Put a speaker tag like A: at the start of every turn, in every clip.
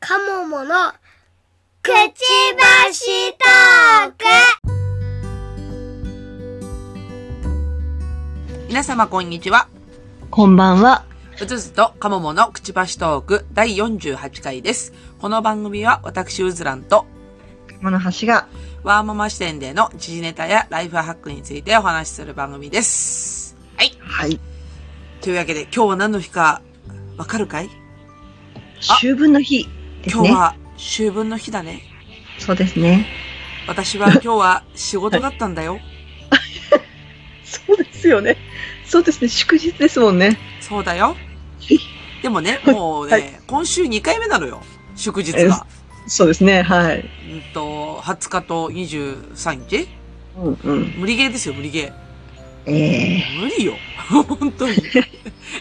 A: カモモのくちばしトーク
B: 皆様こんにちは。
C: こんばんは。
B: うずずとカモモのくちばしトーク第48回です。この番組は私うずらんと
C: 物橋が。
B: ワーママ視点での時事ネタやライフハックについてお話しする番組です。はい。
C: はい。
B: というわけで今日は何の日かわかるかい、
C: 秋分の日です
B: 今
C: ね
B: 日。は秋分の日だね。
C: そうですね。
B: 私 は今日は仕事だったんだよ。
C: そうですよね。そうですね。祝日ですもんね。
B: そうだよ。でもね、もうね、
C: はい
B: 今週2回目なのよ。祝日が。
C: そうですね。はい。
B: うんと、20日と23日
C: うんうん。
B: 無理ゲーですよ、無理ゲー。
C: ええ
B: 無理よ。 本当に。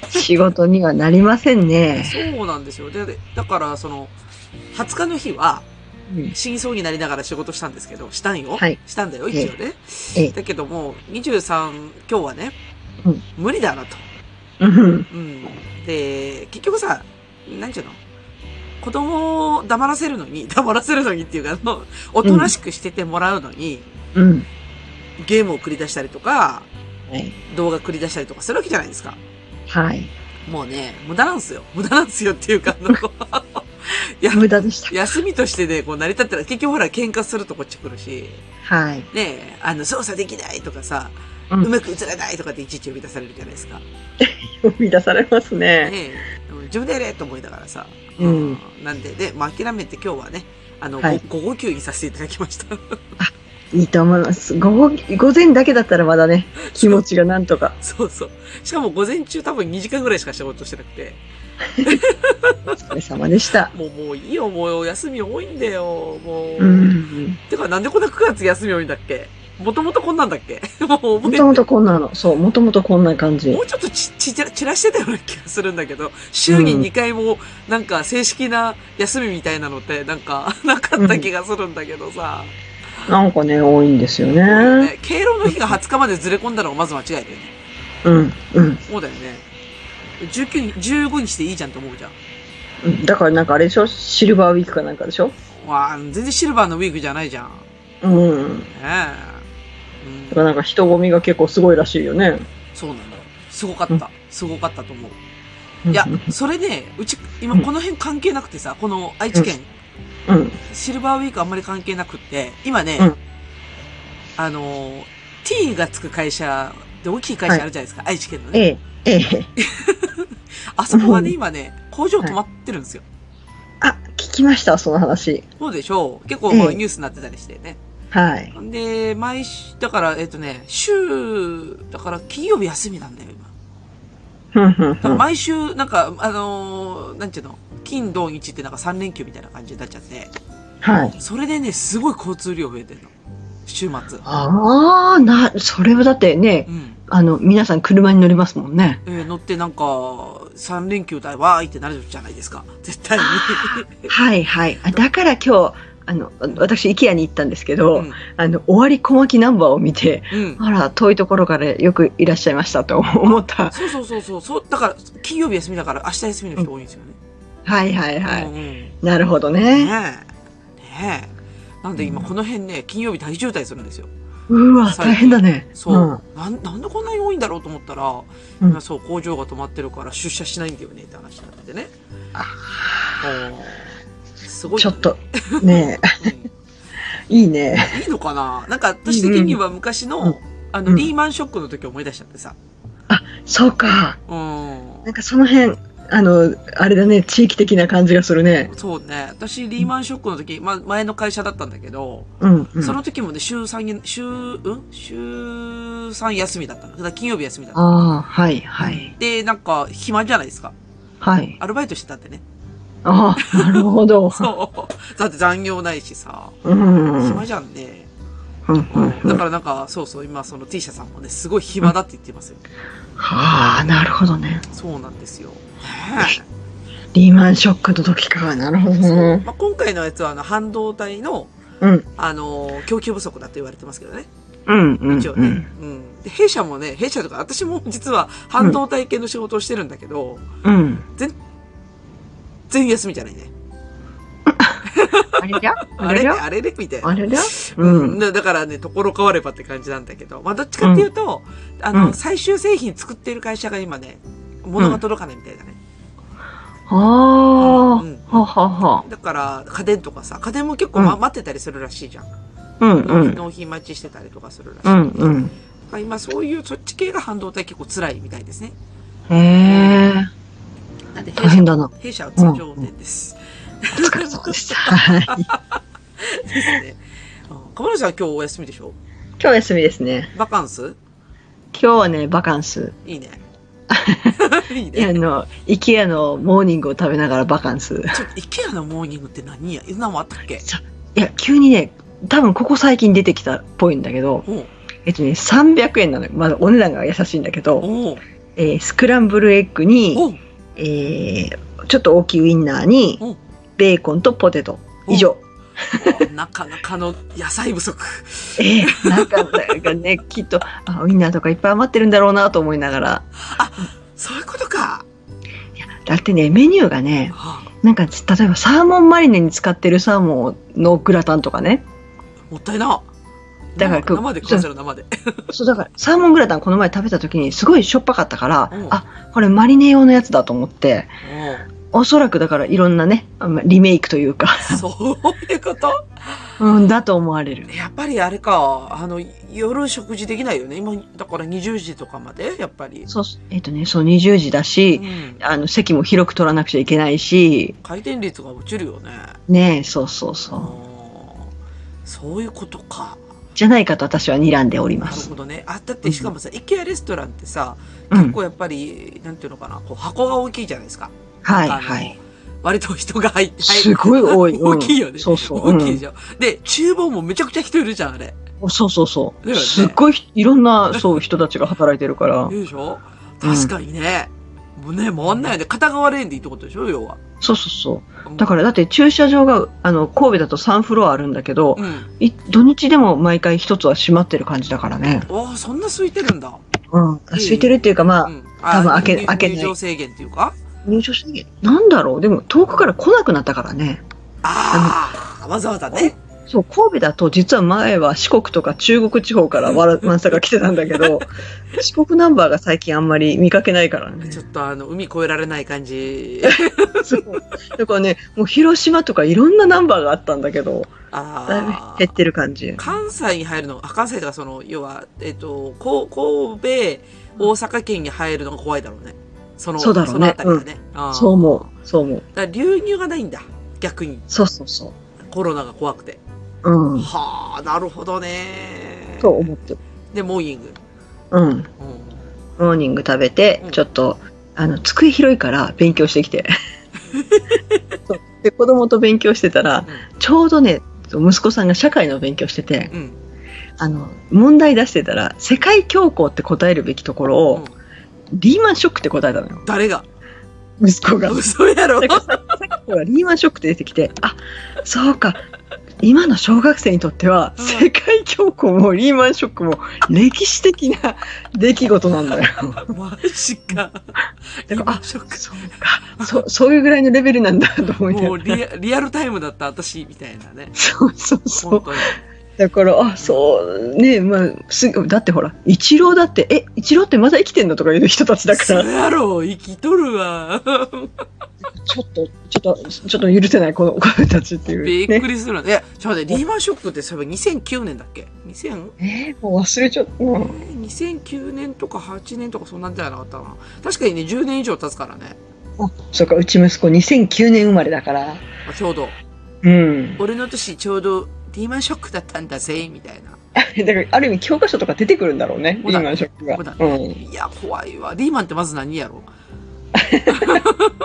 C: 仕事にはなりませんね。
B: そうなんですよ。で、だから、その、20日の日は、
C: うん
B: 死にそうになりながら仕事したんですけど、したんよ。
C: はい
B: したんだよ、一応ね。
C: ええ
B: だけども、23、今日はね、
C: うん
B: 無理だなと。
C: うん。
B: うん。で、結局さ、なんちゅうの子供を黙らせるのに、 黙らせるのにっていうか、あの、おとなしくしててもらうのに、
C: うん。
B: ゲームを繰り出したりとか、
C: はい。
B: 動画繰り出したりとかするわけじゃないですか。
C: はい。
B: もうね、無駄なんですよ。無駄なんですよっていうか、あの、いや、
C: 無駄でした。
B: 休みとしてね、こう成り立ってない。結局ほら、喧嘩するとこっち来るし、
C: はい。
B: ねえ、あの、操作できないとかさ、
C: う
B: うんまく映らないとかっていちいち呼び出されるじゃないですか。ね
C: 生み出されますね。
B: え、でも自分でやれと思いながらさ。
C: うん。
B: なんで、で、まあ、諦めて今日はね、あの、
C: はい
B: ごご号泣にさせていただきました。
C: いいと思います。午後、午前だけだったらまだね、気持ちがなんとか。
B: そうそう。しかも午前中多分2時間ぐらいしか仕事してなくて、
C: お疲れ様でした。
B: もうもういいよ、もう休み多いんだよ、もう。
C: うん。
B: てか、なんでこんな9月休み多いんだっけもともとこんなんだっけ もう覚
C: も
B: えて
C: ともとこんなの。そう、もともとこんな感じ
B: も。うちょっとちちちら散らしてたような気がするんだけど、週に
C: うん
B: 2回も、なんか正式な休みみたいなのって、なんか、 なかった気がするんだけどさ。
C: なんかね、多いんですよね。
B: ね敬老の日が20日までずれ込んだのがまず間違いだよね。
C: うん、うん。
B: そうだよね。19日、15日でいいじゃんと思うじゃん。
C: うんだからなんかあれでしょシルバーウィークかなんかでしょ
B: わあ全然シルバーのウィークじゃないじゃん。ね
C: うん。
B: え。うん
C: だからなんか人混みが結構すごいらしいよね。
B: そうなんだよ。すごかった。すごかったと思う。いや
C: うん、
B: それね、うち、今この辺関係なくてさ、この愛知県、
C: うん。
B: シルバーウィークあんまり関係なくって、今ね、
C: うん
B: あの、t がつく会社で大きい会社あるじゃないですか、愛知県のね。
C: ええ、ええ。
B: あそこはね、
C: うん
B: 今ね、工場止まってるんですよ。
C: あ、聞きました、その話。
B: そうでしょう。結構まあ
C: ええ
B: ニュースになってたりしてね。
C: はい。
B: んで、毎週、だから、えっとね、週、だから金曜日休みなんだよ、今。
C: ふんふん
B: だ
C: ふ
B: から
C: ん。
B: 毎週、なんか、あのーなんていうの、金、土、日ってなんか3連休みたいな感じになっちゃって、
C: はい。
B: それでね、すごい交通量増えてるの。週末。
C: ああ、な、それはだってね
B: う、ん。
C: あの、皆さん車に乗りますもんね。
B: えー乗ってなんか、3連休だわーいってなるじゃないですか。絶対に。
C: はいはい。あだから今日、あの、私、イケアに行ったんですけ
B: う
C: ど、
B: ん。
C: あの、終わり小牧ナンバーを見て、
B: うん。
C: あら、遠いところからよくいらっしゃいましたと思った。
B: そうそうそうそう。そう、だから、金曜日休みだから明日休みの人多いんですよね。
C: はいはいはい。
B: うんうん、ね
C: なるほど
B: え。
C: ね。
B: ねえ。なんで今この辺ね、金曜日大渋滞するんですよ。
C: うわ、
B: 最近
C: 大変だね。
B: そう。なん、なんでこんなに多いんだろうと思ったら、
C: うん
B: 今そう、工場が止まってるから出社しないんだよねって話になっててね。うんす
C: う
B: ご
C: ん。
B: い
C: ち
B: よ
C: ょ
B: ね、
C: っと、ね
B: うん。
C: え、 いいね。
B: いいのかななんか私的には昔の、
C: うん
B: あ
C: う
B: の、
C: ん
B: リーマンショックの時思い出しちゃってさ。
C: そうか。
B: うん
C: な。んかその辺、あの、あれだね、地域的な感じがするね。
B: そうね。私、リーマンショックの時、まあ、前の会社だったんだけど、
C: うん、うん。
B: その時もね、週3に、週、うん週3休みだったの。だから金曜日休みだったの。
C: ああ、はい、はい、
B: で、なんか、暇じゃないですか。
C: はい。
B: アルバイトしてたんでね。
C: ああ、なるほ ど。
B: そう。 だって残業ないしさ。
C: うん、うん、
B: 暇じゃんね。
C: うん
B: う。
C: うんん。
B: だからなんか、そうそう、今、その T 社さんもね、すごい暇だって言ってますよ。
C: はあ、なるほどね。
B: そうなんですよ。ねえ
C: リーマンショックの時か。なるほど
B: そう
C: ね。
B: まあ、今回のやつはあの半導体の、
C: うん、
B: あのー供給不足だと言われてますけどね。
C: うん、うん、
B: 一応
C: う
B: ね
C: ん。。
B: うん。で弊社もね、弊社とか、私も実は半導体系の仕事をしてるんだけど、
C: うん。
B: 全然休みじゃないね。
C: あれりゃ
B: あ
C: あれ
B: れ
C: り
B: れ
C: ゃ
B: あれれみたいな。
C: あれりゃうん。
B: だだからね、ところ変わればって感じなんだけど、まあ、どっちかっていうと、あ
C: う
B: の、
C: ん
B: 最終製品作ってる会社が今ね、物が届かないみたいだね。
C: は
B: うん
C: あ。ははは。
B: だから、家電とかさ、家電も結構、ま
C: うん
B: 待ってたりするらしいじゃん。
C: うんう
B: 納品
C: ん。
B: 納品待ちしてたりとかするらしい。
C: うんうん。
B: だから今そういう、そっち系が半導体結構辛いみたいですね。
C: へえ。
B: だって弊
C: 大
B: 社
C: 変、だな。
B: 弊社は通常運転です。
C: お疲れ様で した。はい。
B: ですね。うん小室さんは今日お休みでしょ
C: 今日休みですね。
B: バカンス
C: 今日はね、バカンス。
B: いいね。いい
C: いや、
B: ね。
C: あの、IKEA のモーニングを食べながらバカンス。
B: ちょっと、イケアのモーニングって何やそんなもんあったっけ
C: いや、急にね、多分ここ最近出てきたっぽいんだけど、
B: おう
C: えっとね、300円なのよ。まだお値段が優しいんだけど、
B: おう
C: えースクランブルエッグに、
B: おう
C: えーちょっと大きいウインナーに
B: うん、
C: ベーコンとポテト。以上。
B: なかなかの野菜不足。
C: えー、なんか、なんかね、きっと、あウインナーとかいっぱい余ってるんだろうなと思いながら。
B: そういうことか。
C: だってね、メニューがね、
B: はあ
C: なんか、例えばサーモンマリネに使ってるサーモンのグラタンとか ね。
B: もったいな。
C: だから
B: 生生で食わせろ、生で。
C: そう、だから、サーモングラタンこの前食べた時にすごいしょっぱかったから
B: う、ん
C: あ、これマリネ用のやつだと思って、
B: おう
C: おそらくだからいろんなね、あまリメイクというか、
B: そういうこと
C: うん、だと思われる。
B: やっぱりあれか、あの、夜食事できないよね。今、だから20時とかまで、やっぱり。
C: そう、えっ、とね、そう20時だし、
B: うん
C: あの、席も広く取らなくちゃいけないし、
B: 回転率が落ちるよね。
C: ねえ、そうそう
B: あ
C: そう。
B: ーそういうことか。
C: じゃないかと私は睨んでおり
B: な
C: ま
B: る
C: す
B: ほ。どね。あ、だってしかもさ、イケアレストランってさ、
C: うん
B: 結構やっぱり、なんていうのかな、こう箱が大きいじゃないですか。
C: はい、
B: あの
C: はい。。
B: 割と人が入って、
C: すごい多い。うん
B: 大きいよね。
C: そうそう。う
B: 大きい
C: ん
B: じゃん。で、厨房もめちゃくちゃ人いるじゃん、あれ。
C: そうそうそ
B: だ
C: う。
B: よね
C: すっごいひいろんな、そう、人たちが働いてるから
B: い。るでしょ
C: うん
B: 確かにね。もうね、回んないよね。片側レーンでいいってことでしょ、要は。
C: そうそうそう。
B: うん
C: だから、だって駐車場が、あの、神戸だと3フロアあるんだけど、
B: うん。
C: い土日でも毎回一つは閉まってる感じだからね。
B: わあ、そんな空いてるんだ。
C: うん。空いてるっていうか、ま
B: う
C: あ、
B: ん。あ
C: 多分開け
B: 入
C: 開けない
B: 入場制限っていうか
C: 入場制限。なんだろうでも、遠くから来なくなったからね。
B: ああ、わざわざね。
C: そう、神戸だと、実は前は四国とか中国地方からわら、まさか来てたんだけ ど、四国ナンバーが最近あんまり見かけないから ね
B: ちょ。っとあの、海越えられない感じ。
C: そうだからね、もう広島とかいろんなナンバーがあったんだけど、だいぶ
B: あ
C: 減ってる感じ。
B: 関西に入るのが、あ関西とかその、要は、えっと、こう神戸、大阪県に入るのが怖いだろうね。その、
C: そうだろうね
B: のあたりがね。あー
C: そう思う。そう思う。
B: だから流入がないんだ。逆に。
C: そうそうそ
B: コロナが怖くて。
C: う。うん。
B: はあ、なるほどね。
C: と思ってる。
B: で、モーニング。
C: うん。
B: うん
C: モーニング食べて、
B: うん
C: ちょっと、あの、机広いから勉強して きて。そうで、子供と勉強してたら、ちょうどね、息子さんが社会の勉強してて、
B: うん。
C: あの、問題出してたら、世界恐慌って答えるべきところ
B: う
C: を
B: ん、。
C: リーマンショックって答えたのよ。
B: 誰が
C: 息子が。
B: 嘘やろ
C: だからささっきほらリーマンショックって出てきて、あ、そうか。今の小学生にとっては、
B: うん
C: 世界恐慌もリーマンショックも歴史的な出来事なんだ よ。
B: マジか。
C: だから
B: 今ショック
C: そうか。そ、そういうぐらいのレベルなんだと思いな
B: も
C: が
B: う
C: ら。
B: リアリアルタイムだった私、みたいなね。
C: そうそうそ
B: 本
C: う。
B: 当に。
C: だから、あ、そう、ねまあ、すぐ、だってほら、一郎だって、え、一郎ってまだ生きてんのとかいう人たちだか
B: そ
C: ら、
B: やろ、生きとるわ。
C: ちょっと、ちょっと、ちょっと許せない、この子たちって
B: び
C: い
B: っ
C: う、ね。
B: くりするな。え、ちょっと待って、リーマンショックってそういえば2009年だっけ ?2000?
C: えーもう忘れちゃった。うん
B: 2009年とか8年とかそんなんじゃなかったかな。確かにね、10年以上経つからね。
C: あそうか、うち息子2009年生まれだから。
B: まあちょうど。
C: うん。
B: 俺の年ちょうどリーマンショックだったんだぜ、みたいな。
C: だから、ある意味教科書とか出てくるんだろうね、
B: そう
C: リ
B: だ
C: ーマンショックが。
B: そうだ
C: うん。
B: いや、怖いわ。リーマンってまず何やろ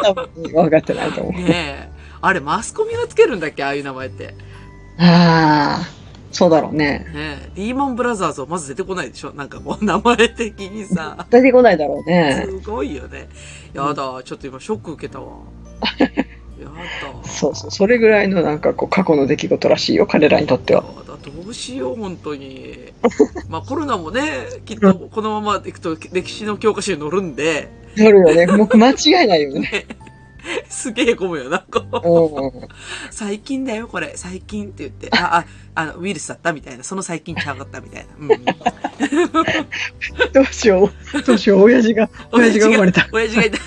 C: 多分、分かってないと思う。
B: ねえ。あれ、マスコミがつけるんだっけああいう名前って。
C: ああ、そうだろうね。
B: ねえ。リーマンブラザーズはまず出てこないでしょなんかこう、名前的にさ。
C: 出てこないだろうね。
B: すごいよね。やだ。ちょっと今ショック受けた わ。やだ。
C: そうそう、それぐらいのなんかこう過去の出来事らしいよ、彼らにとっては。
B: あーどうしよう、本当 に。まあコロナもね、きっとこのままいくと歴史の教科書に載るんで、
C: なるよね。もう間違いないよね。
B: すげえ混むよな、こ
C: おー
B: う。最近だよ、これ。最近って言って。あ、あ、あの、ウイルスだったみたいな。その最近ちゃうかったみたいな。うんうん。
C: どうしよう。どうしよう。親父が、 親父が生まれた。
B: 親父がいた。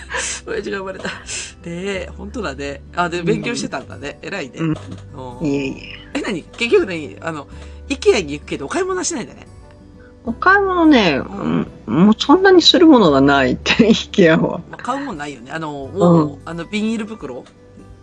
B: 親父が生まれた。で、本当だね。あ、で、勉強してたんだね。偉いね。
C: うん
B: うん
C: いえいえ。
B: え、何結局何あの、イケアに行くけどお買い物はしないんだね。
C: お買い物ね、うんもうそんなにするものがないって、イケアは。
B: まあ、買うもんないよね。あの、もう、あの、ビニール袋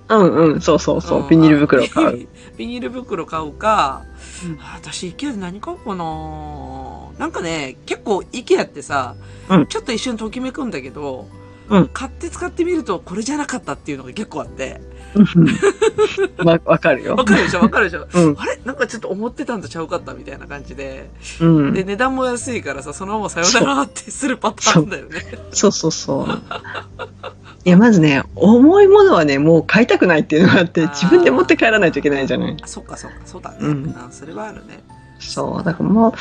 C: うんうん、そうそうそ
B: ん
C: う。ビニール袋買う。。
B: ビニール袋買うか、
C: うん
B: あ私、イケアで何買おうかななんかね、結構イケアってさ、
C: うん
B: ちょっと一瞬ときめくんだけど、
C: うん
B: 買って使ってみると、これじゃなかったっていうのが結構あって。
C: うんわ、わかるよ
B: わ。かるでしょわかるでしょ
C: うん、
B: あれなんかちょっと思ってたんとちゃうかったみたいな感じで。
C: うん。
B: で、値段も安いからさ、そのままさよならってするパターンだよね。
C: そうそうそう。いや、まずね、重いものはね、もう買いたくないっていうのがあって、
B: あー
C: 自分で持って帰らないといけないじゃない。
B: あそっかそっか、そうだね。う
C: うんん、
B: それはあるね。
C: そう。だからも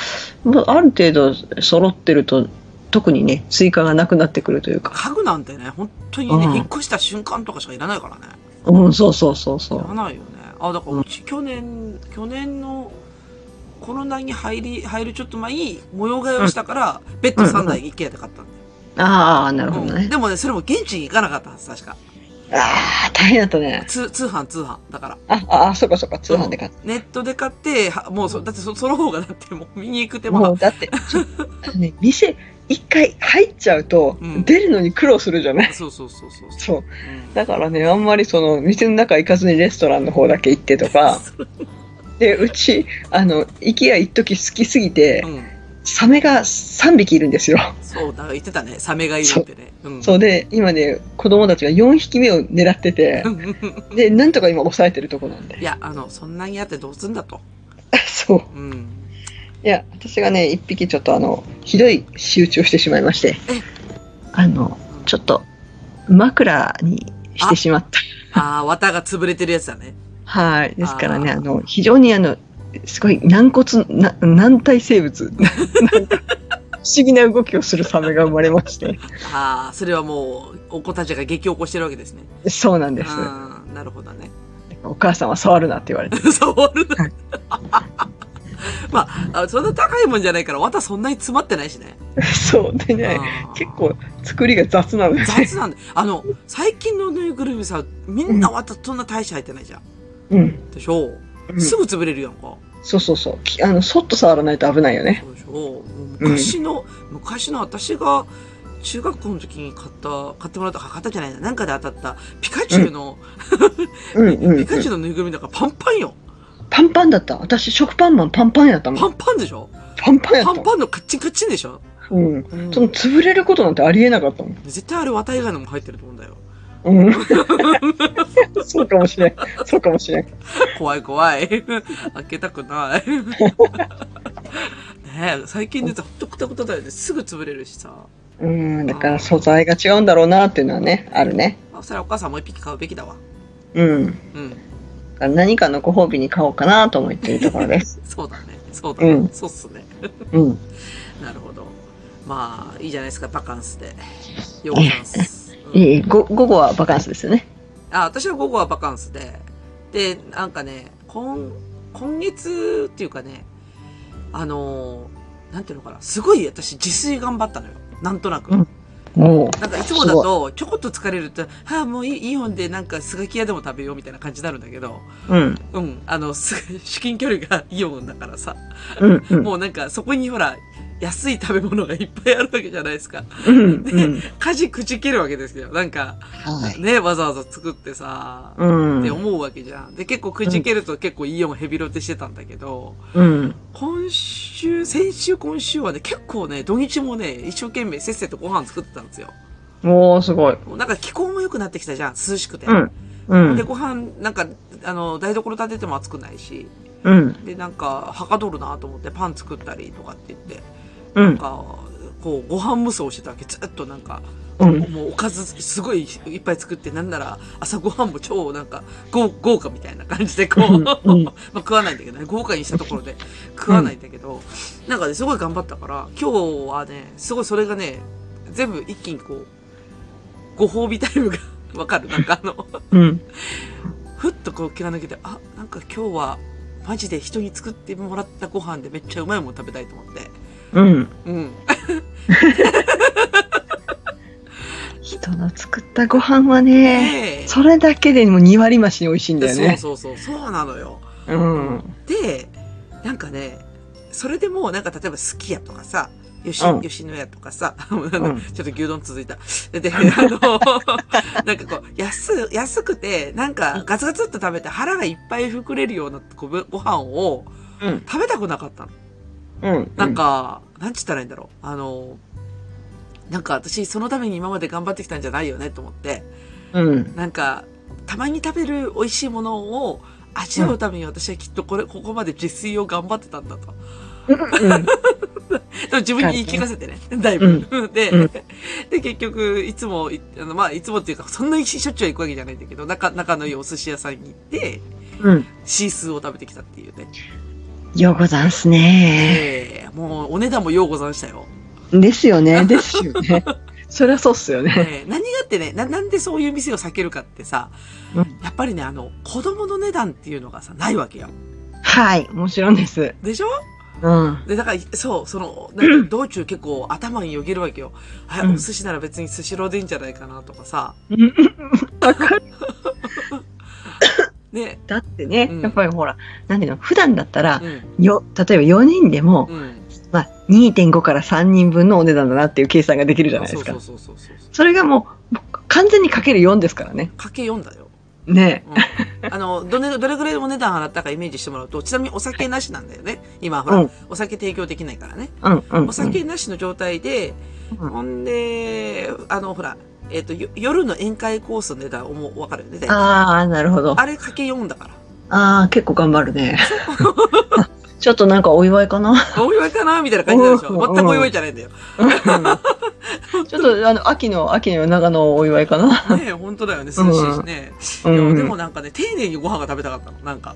C: う、もうある程度揃ってると、特にね、追加がなくなってくるというか。
B: 家具なんてね、本当にね、
C: うん
B: 引っ越した瞬間とかしかいらないからね。
C: うん、そうそうそうそ
B: いら
C: う。
B: ないよね。あ、だから
C: うん
B: うち去年、去年のコロナに入り、入るちょっと前に模様替えをしたから、ベッド3台 IKEA で買ったん
C: ああ、なる
B: だよ、
C: ほど
B: うん
C: ね。
B: でもね、それも現地に行かなかったはず、確か。
C: ああ、大変だったね。
B: 通、通販、通販。だから。
C: あ、あ、あそうかそうか、通販で買っ
B: ネットで買って、はもうそ、だってそその方がだってもう見に行く手
C: た。
B: 間が
C: もう、だって、ちょあのね、店、一回入っちゃうと、
B: うん
C: 出るのに苦労するじゃない。
B: そうそうそうそう。
C: そう。
B: うん
C: だからね、あんまりその、店の中行かずにレストランの方だけ行ってと か、で、うち、あの、IKEA 一時好きすぎて、
B: うん。
C: サメが3匹いるんですよ。
B: そう、だから言ってたね。サメがいるってね。うん。
C: そうで、今ね、子供たちが4匹目を狙ってて
B: う、ん
C: で、なんとか今抑えてるとこなんで
B: い。や、あの、そんなにやってどうすんだと。
C: そう。
B: うん。
C: いや、私がね、1匹ちょっとあの、ひどい仕打ちをしてしまいまして
B: え、
C: あの、ちょっと、枕にしてしまった。
B: ああ、綿が潰れてるやつだね。
C: はい。ですからね、
B: あー
C: あの、非常にあの、すごい軟骨、な軟体 生物、なんか不思議な動きをするサメが生まれまして、
B: ああ、それはもう、お子たちが激起こしてるわけですね。
C: そうなんです。
B: ああ、なるほどね。
C: お母さんは触るなって言われて。
B: 触るな。 まああ、そんな高いもんじゃないから、綿そんなに詰まってないしね。
C: そう。でね、
B: あー
C: 結構作りが雑なので、
B: 雑なんだ。あの、最近のぬいぐるみさ、みんな綿そんな大して入ってないじゃん。
C: うん。
B: でしょ
C: うん
B: すぐ潰れるやんか。
C: そうそうそう。きあの、そっと触らないと危ないよね。
B: そうでしょもう昔の、昔の私が中学校の時に買った、買ってもらった、買ったじゃないな、なんかで当たった、ピカチュウの、
C: うんうん、うん
B: ピカチュウのぬいぐるみだからパンパンよ。
C: パンパンだった。私、食パンマンパンパンやったも
B: パ
C: ん。
B: ンパンでしょ
C: パンパンやった
B: パ
C: もん。
B: ンパンのカッチンカッチンでしょ、
C: うん。
B: うん
C: その、潰れることなんてありえなかったもん。
B: 絶対あれ綿以外のも入ってると思うんだ よ。
C: うん。そうかもしれん。そうかもしれん。
B: 怖い怖い。開けたくない。 ねえ、最近でほんとくたくただよね。すぐ潰れるしさ。
C: うん。だから、素材が違うんだろうなっていうのはね、あるね。
B: あそれはお母さんもう一匹買うべきだわ。
C: うん。
B: うん。
C: だから何かのご褒美に買おうかなと思っているとこ ろです。
B: そうだね。そうだね。
C: うん
B: そうっすね。
C: うん。
B: なるほど。まあ、いいじゃないですか。バカンスで。ようバカンス。うん
C: いいご午後はバカンスですよね。
B: あ、私は午後はバカンスで。で、なんかね、今、今月っていうかね、あのー、なんていうのかな、すごい私自炊頑張ったのよ。なんとなく。
C: うんおう
B: なんかいつもだと、ちょこっと疲れると、はあ、もうイイオンでなんかスガキ屋でも食べようみたいな感じになるんだけど、
C: うん。
B: うん、あの、す至近距離がイオンだからさ、
C: うん。うん。
B: もうなんかそこにほら、安い食べ物がいっぱいあるわけじゃないですか。
C: うん。うん。
B: 家事くじけるわけですよ。なんか、
C: はい。
B: ね、わざわざ作ってさ、
C: うん
B: って。思うわけじゃん。で、結構くじけると結構イオンヘビロテしてたんだけど、
C: うん。
B: 今週、先週今週はね、結構ね、土日もね、一生懸命せっせとご飯作ってたんですよ。
C: おー、すごい。
B: もうなんか気候も良くなってきたじゃん、涼しくて。
C: うん。う
B: で、
C: ん。
B: ご飯、なんか、あの、台所立てても暑くないし、
C: うん。
B: で、なんか、はかどるなと思ってパン作ったりとかって言って、
C: う
B: なん
C: ん。
B: か、こう、ご飯無双をしてたわけ、ずっとなんか、
C: うん。
B: もうおかずすごいいっぱい作って、なんなら朝ごはんも超なんか豪豪華みたいな感じでこう、
C: うんうん
B: まあ食わないんだけどね、豪華にしたところで食わないんだけど、なんかね、すごい頑張ったから、今日はね、すごいそれがね、全部一気にこう、ご褒美タイムが わかるなんかあの、
C: うん。
B: ふっとこう気が抜けて、あ、なんか今日は、マジで人に作ってもらったご飯でめっちゃうまいもん食べたいと思って。
C: うん。
B: うん。
C: 人の作ったご飯はね、
B: え
C: それだけでもう2割増しに美味しいんだよね。
B: そうそうそう、そうなのよ。
C: うん。
B: で、なんかね、それでもうなんか例えばすき家とかさ、吉野、
C: うん
B: 吉野家とかさ、 あのち
C: う
B: ょ
C: ん
B: っと牛丼続い た。で、であの、 なんかこう、安、安くて、なんかガツガツっと食べて腹がいっぱい膨れるようなこうご飯を
C: うん。
B: 食べたくなかったの。
C: うん。
B: なんか、なんちったらいいんだろう。あの、なんか私そのために今まで頑張ってきたんじゃないよねと思って、
C: うん。
B: なんか、たまに食べる美味しいものを味わうために私はきっとこれ、ここまで自炊を頑張ってたんだと。
C: うん。
B: でも自分に言い聞かせてね。だいぶ。で、
C: うん
B: で、結局、いつも、いあのまあ、いつもっていうか、そんなにしょっちゅうは行くわけじゃないんだけど、仲、仲のいいお寿司屋さんに行って、
C: うん。
B: シースーを食べてきたっていう ね。
C: ようござんすね。
B: ええもう、お値段もようござんしたよ。
C: ですよ ね。ですよね。そりゃそうっすよね。
B: ええ何がってねな、なんでそういう店を避けるかってさ、
C: うん
B: やっぱりね、あの、子供の値段っていうのがさ、ないわけよ。
C: はい。もちろんです。
B: でしょ
C: うん。
B: で、だから、そう、その、なんか道中結構頭によぎるわけよ。あ、
C: うん
B: お寿司なら別に寿司ローでいいんじゃないかなとかさ。
C: わかる。
B: ね。
C: だってね
B: うん、
C: やっぱりほら、なんていうの、普段だったら、
B: うん。
C: よ、例えば4人でも、
B: うん。
C: まあ、2.5から3人分のお値段だなっていう計算ができるじゃないですか。
B: そうそうそうそうそう。
C: それがもう、完全にかける4ですからね。
B: かけ4だよ。
C: ね
B: うん、 あの、どれ、どれぐらいお値段払ったかイメージしてもらうと、ちなみにお酒なしなんだよね。今、ほら、
C: うん
B: お酒提供できないからね。
C: うんうん、うん。
B: お酒なしの状態で、
C: うん
B: ほんで、あの、ほら、えっ、と、よ夜の宴会コースの値段をもうわかるよね。大体
C: ああ、なるほど。あ
B: あれかけ4だから。
C: あー、結構頑張るね。 ちょっとなんかお祝いかな。
B: お祝いかなみたいな感じなんでし
C: うん
B: ょ。全くお祝いじゃないんだよ。
C: ちょっとあの、秋の、秋の長野お祝いかな。
B: ねえ、本当だよね。涼しいしね。
C: う
B: いや
C: ん、
B: でもなんかね、丁寧にご飯が食べたかったの。なんか。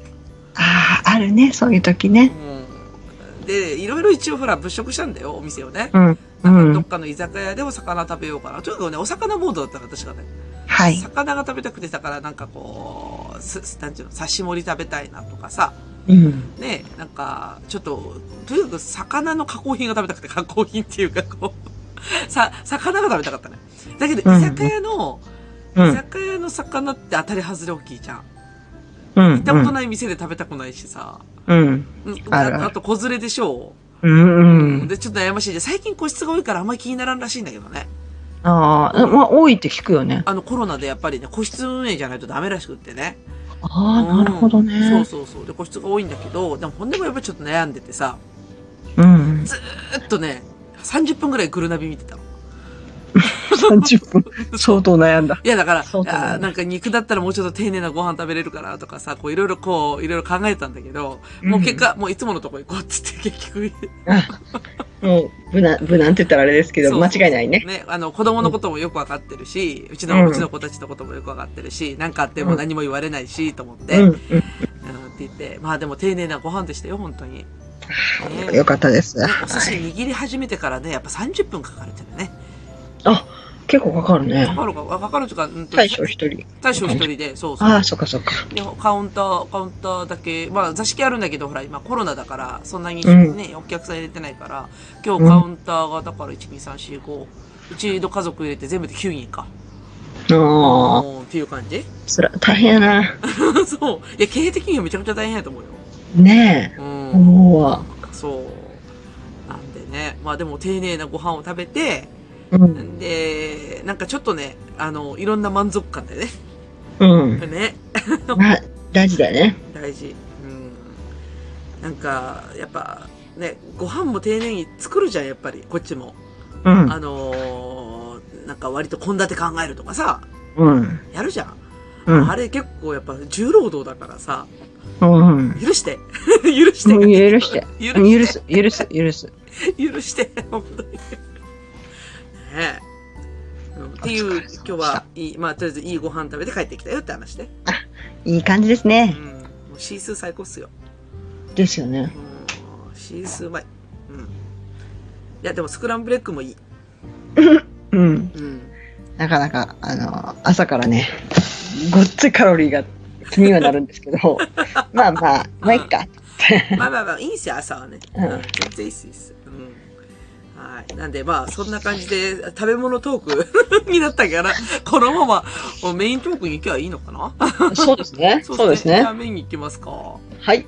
C: ああ、あるね、そういう時ね。
B: うん。で、いろいろ一応ほら、物色したんだよ、お店をね。
C: うん。う
B: どっ
C: ん。
B: かの居酒屋でお魚食べようかな。とにかくね、お魚モードだったから、確かね。
C: はい。
B: 魚が食べたくて、だからなんかこう、す、なんていうの、刺し盛り食べたいなとかさ、
C: うん。
B: ね、なんか、ちょっと、とにかく魚の加工品が食べたくて、加工品っていうか、こう、さ、魚が食べたかったね。だけど、
C: うん
B: 居酒屋の、
C: う
B: 居
C: ん。
B: 酒屋の魚って当たり外れ大きいじゃん。
C: う
B: 行ったこと
C: ん。
B: ない店で食べたくないしさ。
C: うん。
B: うん
C: あるあ
B: あ
C: る
B: あと、子連れでしょ
C: う
B: う。
C: ん。うん。
B: で、ちょっと悩ましいじゃん。最近個室が多いからあんまり気にならんらしいんだけどね。
C: ああ、まあ、多いって聞くよね。
B: あのコロナでやっぱりね、個室運営じゃないとダメらしくってね。
C: ああ、なるほどね。
B: そうそうそう。で、個室が多いんだけど、でもほんでもやっぱりちょっと悩んでてさ、
C: うん。
B: ずっとね、30分くらいグルナビ見てたの。
C: 30分。相当悩んだ。
B: いや、だから、
C: そうだね
B: あーなんか肉だったらもうちょっと丁寧なご飯食べれるからとかさ、こういろいろこう、いろいろ考えたんだけど、もう結果、もういつものとこ行こうっつって結局、
C: もう、無難、無難って言ったらあれですけど、
B: そう
C: 間違いないね。
B: ね、あの、子供のこともよくわかってるし、うちの、
C: うん
B: うちの子たちのこともよくわかってるし、なんかあっても何も言われないし、と思って、
C: う
B: うんん、
C: う
B: って言って、まあでも丁寧なご飯でしたよ、本当に。
C: ん。よかったです。
B: ねお寿司
C: はい
B: 握り始めてからね、やっぱ30分かかるっていうのね。
C: 結構かかる
B: か
C: ね。
B: かるか、かかるというか、うんと、
C: 大将一人。
B: 大将一人で、そうそう
C: あ。あ、そっかそっか。
B: でカウンター、カウンターだけ、まあ座敷あるんだけど、ほら、今コロナだから、そんなに
C: うん
B: ね、お客さん入れてないから、今日カウンターが、だから1、2、3、4、5、うちの家族入れて全部で9人か。
C: ああ、
B: うんっていう感じ
C: そら、大変やな。
B: そう。いや、経営的にはめちゃくちゃ大変やと思うよ。
C: ね
B: う
C: え。
B: ん。
C: 思うわ。
B: そう。なんでね。まあでも丁寧なご飯を食べて、
C: うん。
B: で、なんかちょっとね、あの、いろんな満足感でね。
C: うん。
B: ね。
C: まあ、大事だよね。
B: 大事。うん。なんか、やっぱ、ね、ご飯も丁寧に作るじゃん、やっぱり、こっちも。
C: うん。
B: あのーなんか割と献立考えるとかさ、
C: うん。
B: やるじゃん。
C: うん
B: あ。れ結構やっぱ重労働だからさ、
C: うん。
B: 許して。 許して。
C: もう許して。
B: 許して。
C: 許す、許す、許す。
B: 許して、本当に。ねえ。うんっていう、
C: お
B: 今
C: 疲れ様でした
B: 日は、いい、まあ、とりあえずいいご飯食べて帰ってきたよって話ね。
C: いい感じです
B: うん
C: ね。。
B: もうシースー最高っすよ。
C: ですよね。
B: うん。シースーうまい。うん。いや、でもスクランブルエッグもいい。
C: うん。
B: うん。
C: なかなか、あの、朝からね、ごっついカロリーが気にはなるんですけ ど、まあまあ、まあいっか。
B: まあまあまあ、いいんすよ、朝はね。う
C: うん
B: ん、全然いいっす、いいっす。うん。はい。なんで、まあ、そんな感じで、食べ物トーク になったから、このままもうメイントークに行けばいいのかな
C: そうですね。そうです
B: じゃあ
C: ね。
B: メインに行きますか。
C: はい。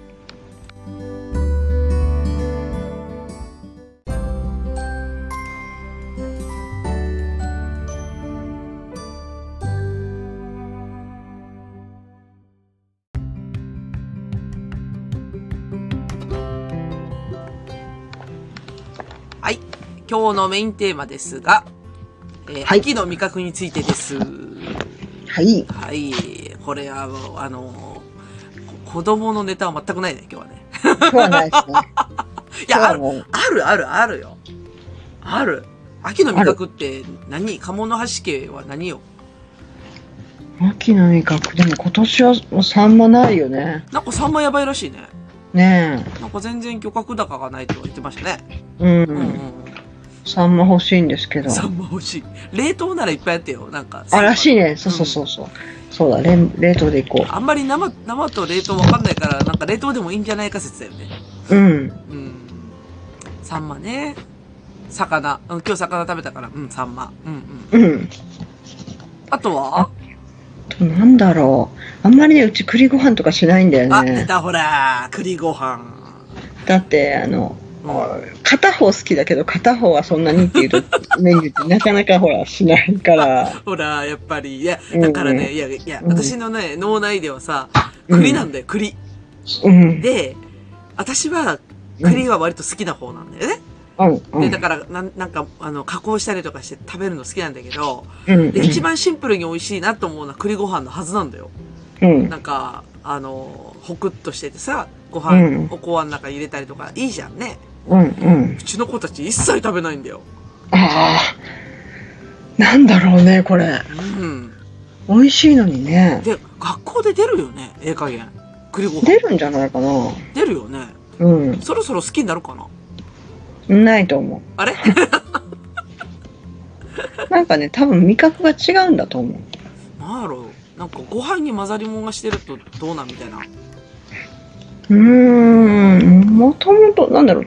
B: 今日のメインテーマですが、えー
C: はい
B: 秋の味覚についてです。
C: はい。
B: はい。これは、あの、こ子供のネタは全くないね、今日はね。
C: 今日はないですね。
B: いや、あ
C: 今日は
B: る、
C: もう
B: ある、ある、あるよ。ある。秋の味覚って何カモノハシケは何よ
C: 秋の味覚、でも今年はもうサンマないよね。
B: なんかサンマやばいらしいね。
C: ね
B: なんか全然漁獲高がないとは言ってましたね。
C: え。うん。
B: うん、うん
C: サンマ欲しいんですけ
B: う
C: ど
B: ん。。サンマ欲しい。冷凍ならいっぱいあってよ。なんか。
C: あ、らしい
B: い。
C: ね。そうそうそうそう。そうだ、冷冷凍でいこ
B: あんまり生、生と冷凍わかんないから、なんか冷凍でもいいんじゃないか説だよね。
C: う。うん。
B: うん。サンマね。魚。うん、今日魚食べたから。うん、サンマ。うんうん。
C: うん。
B: あとは
C: あとなんだろう。あんまりね、うち栗ご飯とかしないんだよ
B: あ、出
C: ね。
B: たほら。栗ご飯。
C: だって、あの、
B: も
C: 片方好きだけど片方はそんなにっていうとメニューってなかなかほらしないから
B: う、ほら、やっぱり。いや、
C: うん
B: だからね、いや、いや、
C: うん
B: 私のね、脳内ではさ、
C: うん
B: 栗なんだよ、栗。
C: うん
B: で、私は、栗は割と好きな方なんだよね。
C: うんう
B: で、
C: ん
B: だから、なんなんか、あの、加工したりとかして食べるの好きなんだけど、
C: うん
B: で、一番シンプルに美味しいなと思うのは栗ご飯のはずなんだよ。
C: うん
B: なんか、あの、ホクッとしててさ、ご
C: う
B: 飯
C: ん、
B: おこわの中に入れたりとか、いいじゃんね。
C: うんうん
B: うちの子たち一切食べないんだよ。
C: ああなんだろうねこれ
B: うん。
C: 美味しいのにね
B: で、学校で出るよね、ええ加減。栗ご飯。
C: 出るんじゃないかな
B: 出るよね。
C: うん
B: そろそろ好きになるかな
C: ないと思
B: あ れ
C: うなんかね多分味覚が違うんだと思う
B: なんやろうなんかご飯に混ざり物がしてるとどうなんみたいな。
C: うーんもともとなんだろう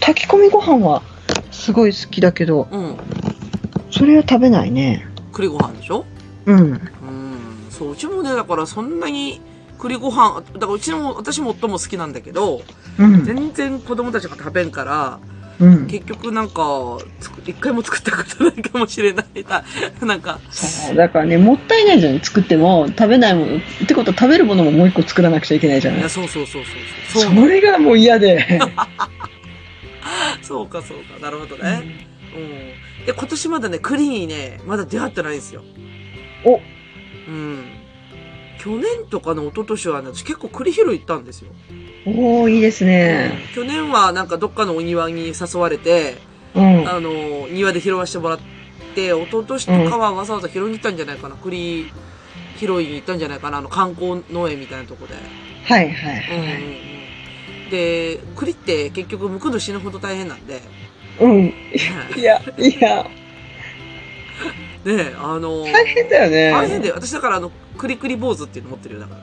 C: 炊き込みご飯はすごい好きだけど
B: うん。
C: それは食べないね
B: 栗ご飯でしょ
C: うん
B: うんそう、うちもね、だからそんなに栗ご飯、だからうちも、私も夫も好きなんだけど、
C: うん
B: 全然子供たちが食べんから、
C: うん
B: 結局なんか、つく一回も作ったことないかもしれないな。 なんか、
C: そうだからね、もったいないじゃん。作っても、食べないもの。ってことは食べるものももう一個作らなくちゃいけないじゃ
B: い
C: な
B: や、
C: い。
B: そうそうそうそう。
C: そ
B: そう、
C: れがもう嫌で。
B: そうかそうか、なるほどね。うん。で、今年まだね、栗にね、まだ出会ってないんですよ。
C: お、
B: うん。去年とかの一昨年はね、私結構栗拾い行ったんですよ。
C: おーいいですね。
B: 去年はなんかどっかのお庭に誘われて、
C: うん。
B: あの、庭で拾わせてもらって、一昨年とかはわざわざ拾いに行ったんじゃないかな。栗拾いに行ったんじゃないかな。あの、観光農園みたいなとこで。
C: はいはい
B: うんうん
C: はい。
B: うん。で、栗って結局剥くの死ぬほど大変なん で。
C: うん。いや、いや、
B: で、あの、
C: 大変だよね。
B: 大変で、私だからあの、栗栗坊主っていうの持ってるよ、だから。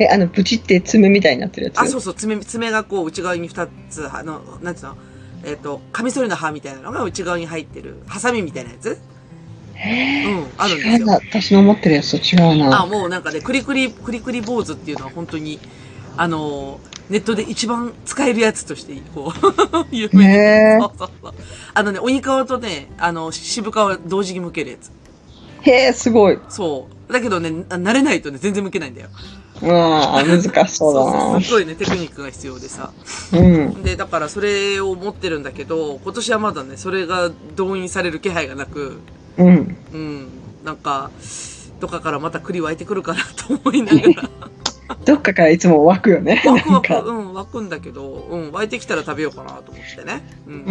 C: え、あの、プチって爪みたいになってるやつ。
B: あ、そうそう、爪、爪がこう内側に二つ、あの、なんていうのえっ、と、カミソリの刃みたいなのが内側に入ってる、ハサミみたいなやつう
C: へー
B: ん、あるんです
C: 違う
B: よ。
C: な。私の思ってるやつと違う
B: あ、
C: な。
B: もうなんかね、クリクリ、クリクリ坊主っていうのは本当に、あのー、ネットで一番使えるやつとして、こう、 有名な。
C: へ
B: そうそうそう。あのね、鬼皮とね、あの、渋皮同時に剥けるやつ。
C: え。へえ、すごい。あ
B: そう。だけどね、な慣れないとね、全然剥けないんだよ。
C: あ、難しそうだ
B: すごいね、テクニックが必要でさ。
C: な。うん。
B: で、だからそれを持ってるんだけど、今年はまだね、それが動員される気配がなく、
C: うん。
B: うん、なんか、どっかからまた栗湧いてくるかなと思いながら。
C: どっかからいつも湧くよね。
B: ワク
C: な
B: ワ
C: ん
B: ク、
C: か。
B: うん、 湧くんだけど、うん、湧いてきたら食べようかなと思ってね。う。
C: うんん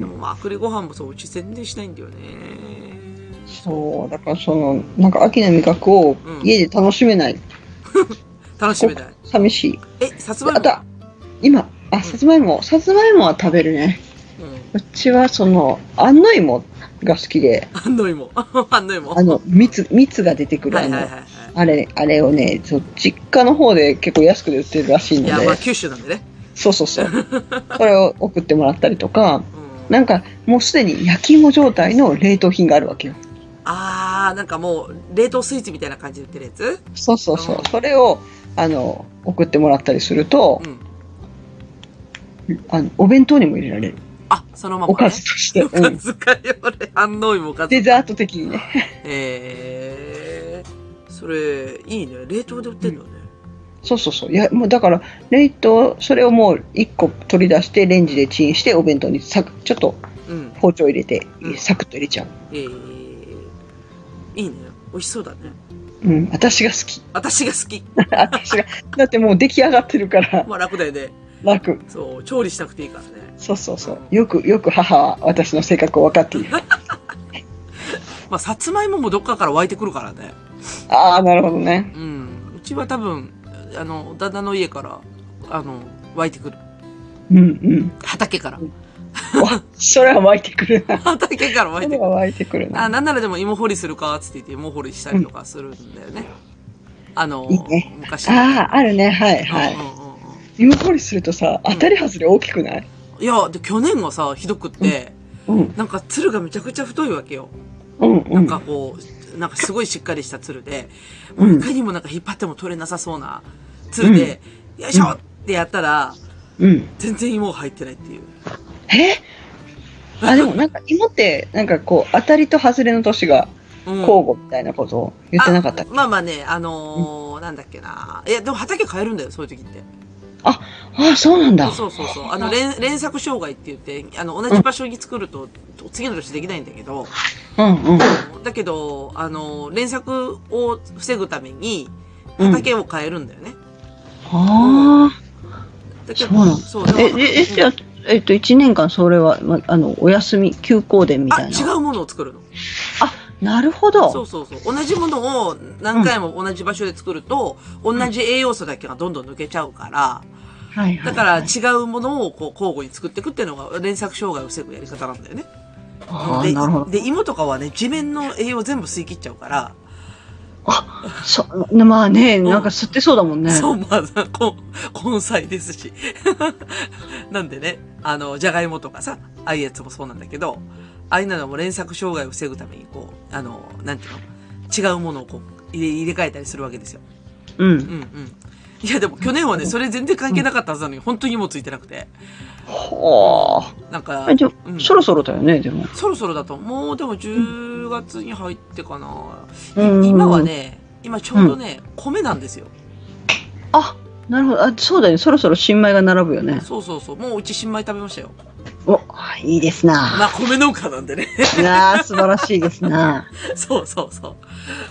B: で
C: うん
B: も。まあ、栗ご飯もそう、うち全然しないんだよね。
C: そう、だからその、なんか秋の味覚を
B: うん
C: 家で楽しめない。
B: 楽しみたい。
C: 寂しい。
B: え、さつまい
C: あ
B: も
C: と。は、今、あ、さつまいも、さつまいもは食べるね。
B: うん。
C: うちはその、安納芋が好きで、
B: 安納芋。 安納芋。
C: あの、蜜、蜜が出てくる、
B: は
C: あ
B: いはいはい
C: の、
B: は
C: あれ、あれをね、そう実家の方で結構安くで売ってるらしい
B: い。
C: の
B: い
C: で
B: や、、まあ九州なんでね。
C: そうそうそう。これを送ってもらったりとか、
B: うん、
C: なんか、もうすでに焼き芋状態の冷凍品があるわけよ。
B: あー、なんかもう、冷凍スイーツみたいな感じで売ってるやつ
C: そうそうそ
B: うん
C: う。それを、あの、送ってもらったりすると
B: う、ん。
C: あのお弁当にも入れられる。
B: あ、そのまま、ね。
C: おかずとして。
B: おか
C: うん。
B: ずかよ、俺。 安納芋おかず。
C: デザート的にね。
B: えー、それ、いいね。冷凍で売ってんのね。
C: そうそうそう。いや、もうだから、冷凍、それをもう一個取り出して、レンジでチンして、お弁当にサク、ちょっと
B: うん。
C: 包丁入れて
B: うん、
C: サクッと入れちゃう。
B: えー、いいね。美味しそうだね。
C: うん、私が好き。
B: 私が好き。
C: 私が。だってもう出来上がってるから、
B: まあ楽だよね。
C: 楽。
B: そう、調理しなくていいからね。
C: そうそうそう。よく、よく母は私の性格を分かっている。
B: まあ、さつまいももどっかから湧いてくるからね。
C: ああ、なるほどね。
B: うん。うちは多分、あの、旦那の家から、あの、湧いてくる。
C: うん
B: 畑から。
C: うん。わそれは湧いてくるな。
B: 畑から湧い
C: そ
B: て
C: れ
B: く
C: は
B: る。
C: 湧いてくる
B: あ、
C: な。
B: なんならでも芋掘りするか、つって言って芋掘りしたりとかするんだよね。あの、
C: いいね
B: 昔。
C: ああ、あるね。はい、は
B: うん
C: い。
B: うんうんうん
C: 芋掘りするとさ、当たり外れ大きくない
B: いや、で、去年がさ、ひどくって、
C: うん。
B: なんか、鶴がめちゃくちゃ太いわけよ。
C: うん、う
B: なん
C: ん。
B: かこう、なんかすごいしっかりした鶴で、
C: う
B: い
C: ん
B: か。にもなんか引っ張っても取れなさそうな鶴で、よいしょってやったら、
C: うん。
B: 全然芋が入ってないっていう。
C: えあ、でもなんか芋って、なんかこう、当たりと外れの年が
B: うん
C: 交互みたいなことを言ってなかったっ
B: あ
C: け
B: まあまあね、あのーなんだっけな。いや、でも畑変えるんだよ、そういう時って。
C: ああ、そうなんだ。
B: そうそうそう。あの、連連作障害って言って、あの、同じ場所に作ると、次の年できないんだけど、
C: うんうん。
B: だけど、あの、連作を防ぐために、
C: うん
B: 畑を変えるんだよね。
C: あ
B: だけ
C: そうな
B: ど、
C: の
B: そう、
C: あ。
B: だ
C: え、
B: から
C: え、え、じゃあ、えっと、1年間それは、ま、あの、お休み、休校でみ
B: あ、
C: たい
B: 違
C: な。
B: うものを作るの。
C: なるほ
B: そう
C: ど。
B: そうそう。同じものを何回も同じ場所で作ると、同じ栄養素だけがどんどん抜けちゃうから、
C: はいはい。
B: だから違うものをこう交互に作っていくっていうのが連作障害を防ぐやり方なんだよね。
C: ああ、
B: で
C: なるほど。
B: で、芋とかはね、地面の栄養を全部吸い切っちゃうから、
C: そう、まあね、なんか吸ってそうだもんね。
B: そう、まあ、こ根菜ですし。 なんでね、あの、じゃがいもとかさ、ああいうやつもそうなんだけど、ああいうのも連作障害を防ぐために、こう、あの、なんていうの、違うものをこう入れ、入れ替えたりするわけですよ。
C: う
B: うん
C: ん。
B: うん。いや、でも去年はね、それ全然関係なかったはずなのに、本当にもうついてなくて。
C: ほー
B: なんか
C: え、じゃあ、
B: うん
C: そろそろだよね、でも。
B: そろそろだと、もうでも10月に入ってかな。
C: うん
B: い今はね、今ちょうどね、米なんですよ。
C: あ、なるほど。あ、そうだよね。そろそろ新米が並ぶよね。
B: そうそうそう。もううち新米食べましたよ。
C: お、いいですな。
B: まあ米農家なんでね。
C: いやー素晴らしいですな。
B: そうそうそう。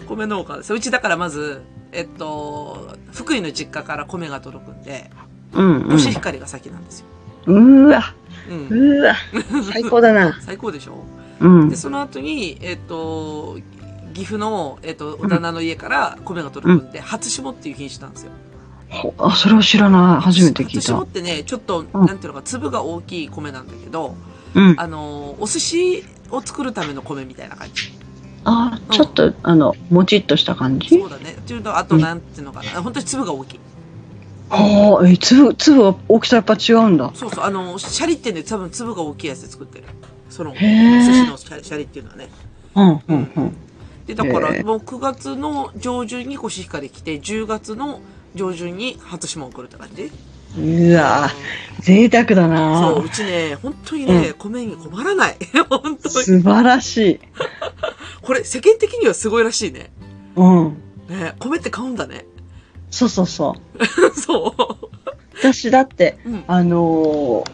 B: 米農家です。うちだからまず、えっと、福井の実家から米が届くんで、
C: うん、うん
B: コ。シヒカリが先なんですよ。
C: うーわ、
B: うん。
C: うーわ、最高だな。
B: 最高でしょ
C: うん
B: で、。その後に、えっと、岐阜の、えっと、お旦那の家から米が届くんで、初霜っていう品種なんですよ。
C: ほあ、それを知らない。初めて聞い
B: 初霜
C: た
B: っ。てね、ちょっと、
C: うん
B: なんていうのか、粒が大きい米なんだけど、
C: うん。
B: あの、お寿司を作るための米みたいな感じ。
C: あ、ちょっと、あの、もちっとした感じ
B: そう。だね。っていうのあと、
C: うん
B: なんていうのかな。本当に粒が大きい。
C: ああ、え、粒、粒は大きさやっぱ違うんだ。
B: そうそう、あの、シャリってね、多分粒が大きいやつで作ってる。その、お寿
C: へー
B: 司のシャリシャリっていうのはね。
C: うん、うん、うん。
B: で、だから、
C: へー
B: もう9月の上旬にコシヒカリ来て、10月の上旬に初霜を来るって感じ。
C: うわー贅沢だな
B: そう、うちね、本当にね、米に困らない。 本当に。
C: 素晴らしい。
B: これ、世間的にはすごいらしいね。
C: うん。
B: ね米って買うんだね。
C: そうそうそう。
B: そう。
C: 私だって、
B: うん
C: あのー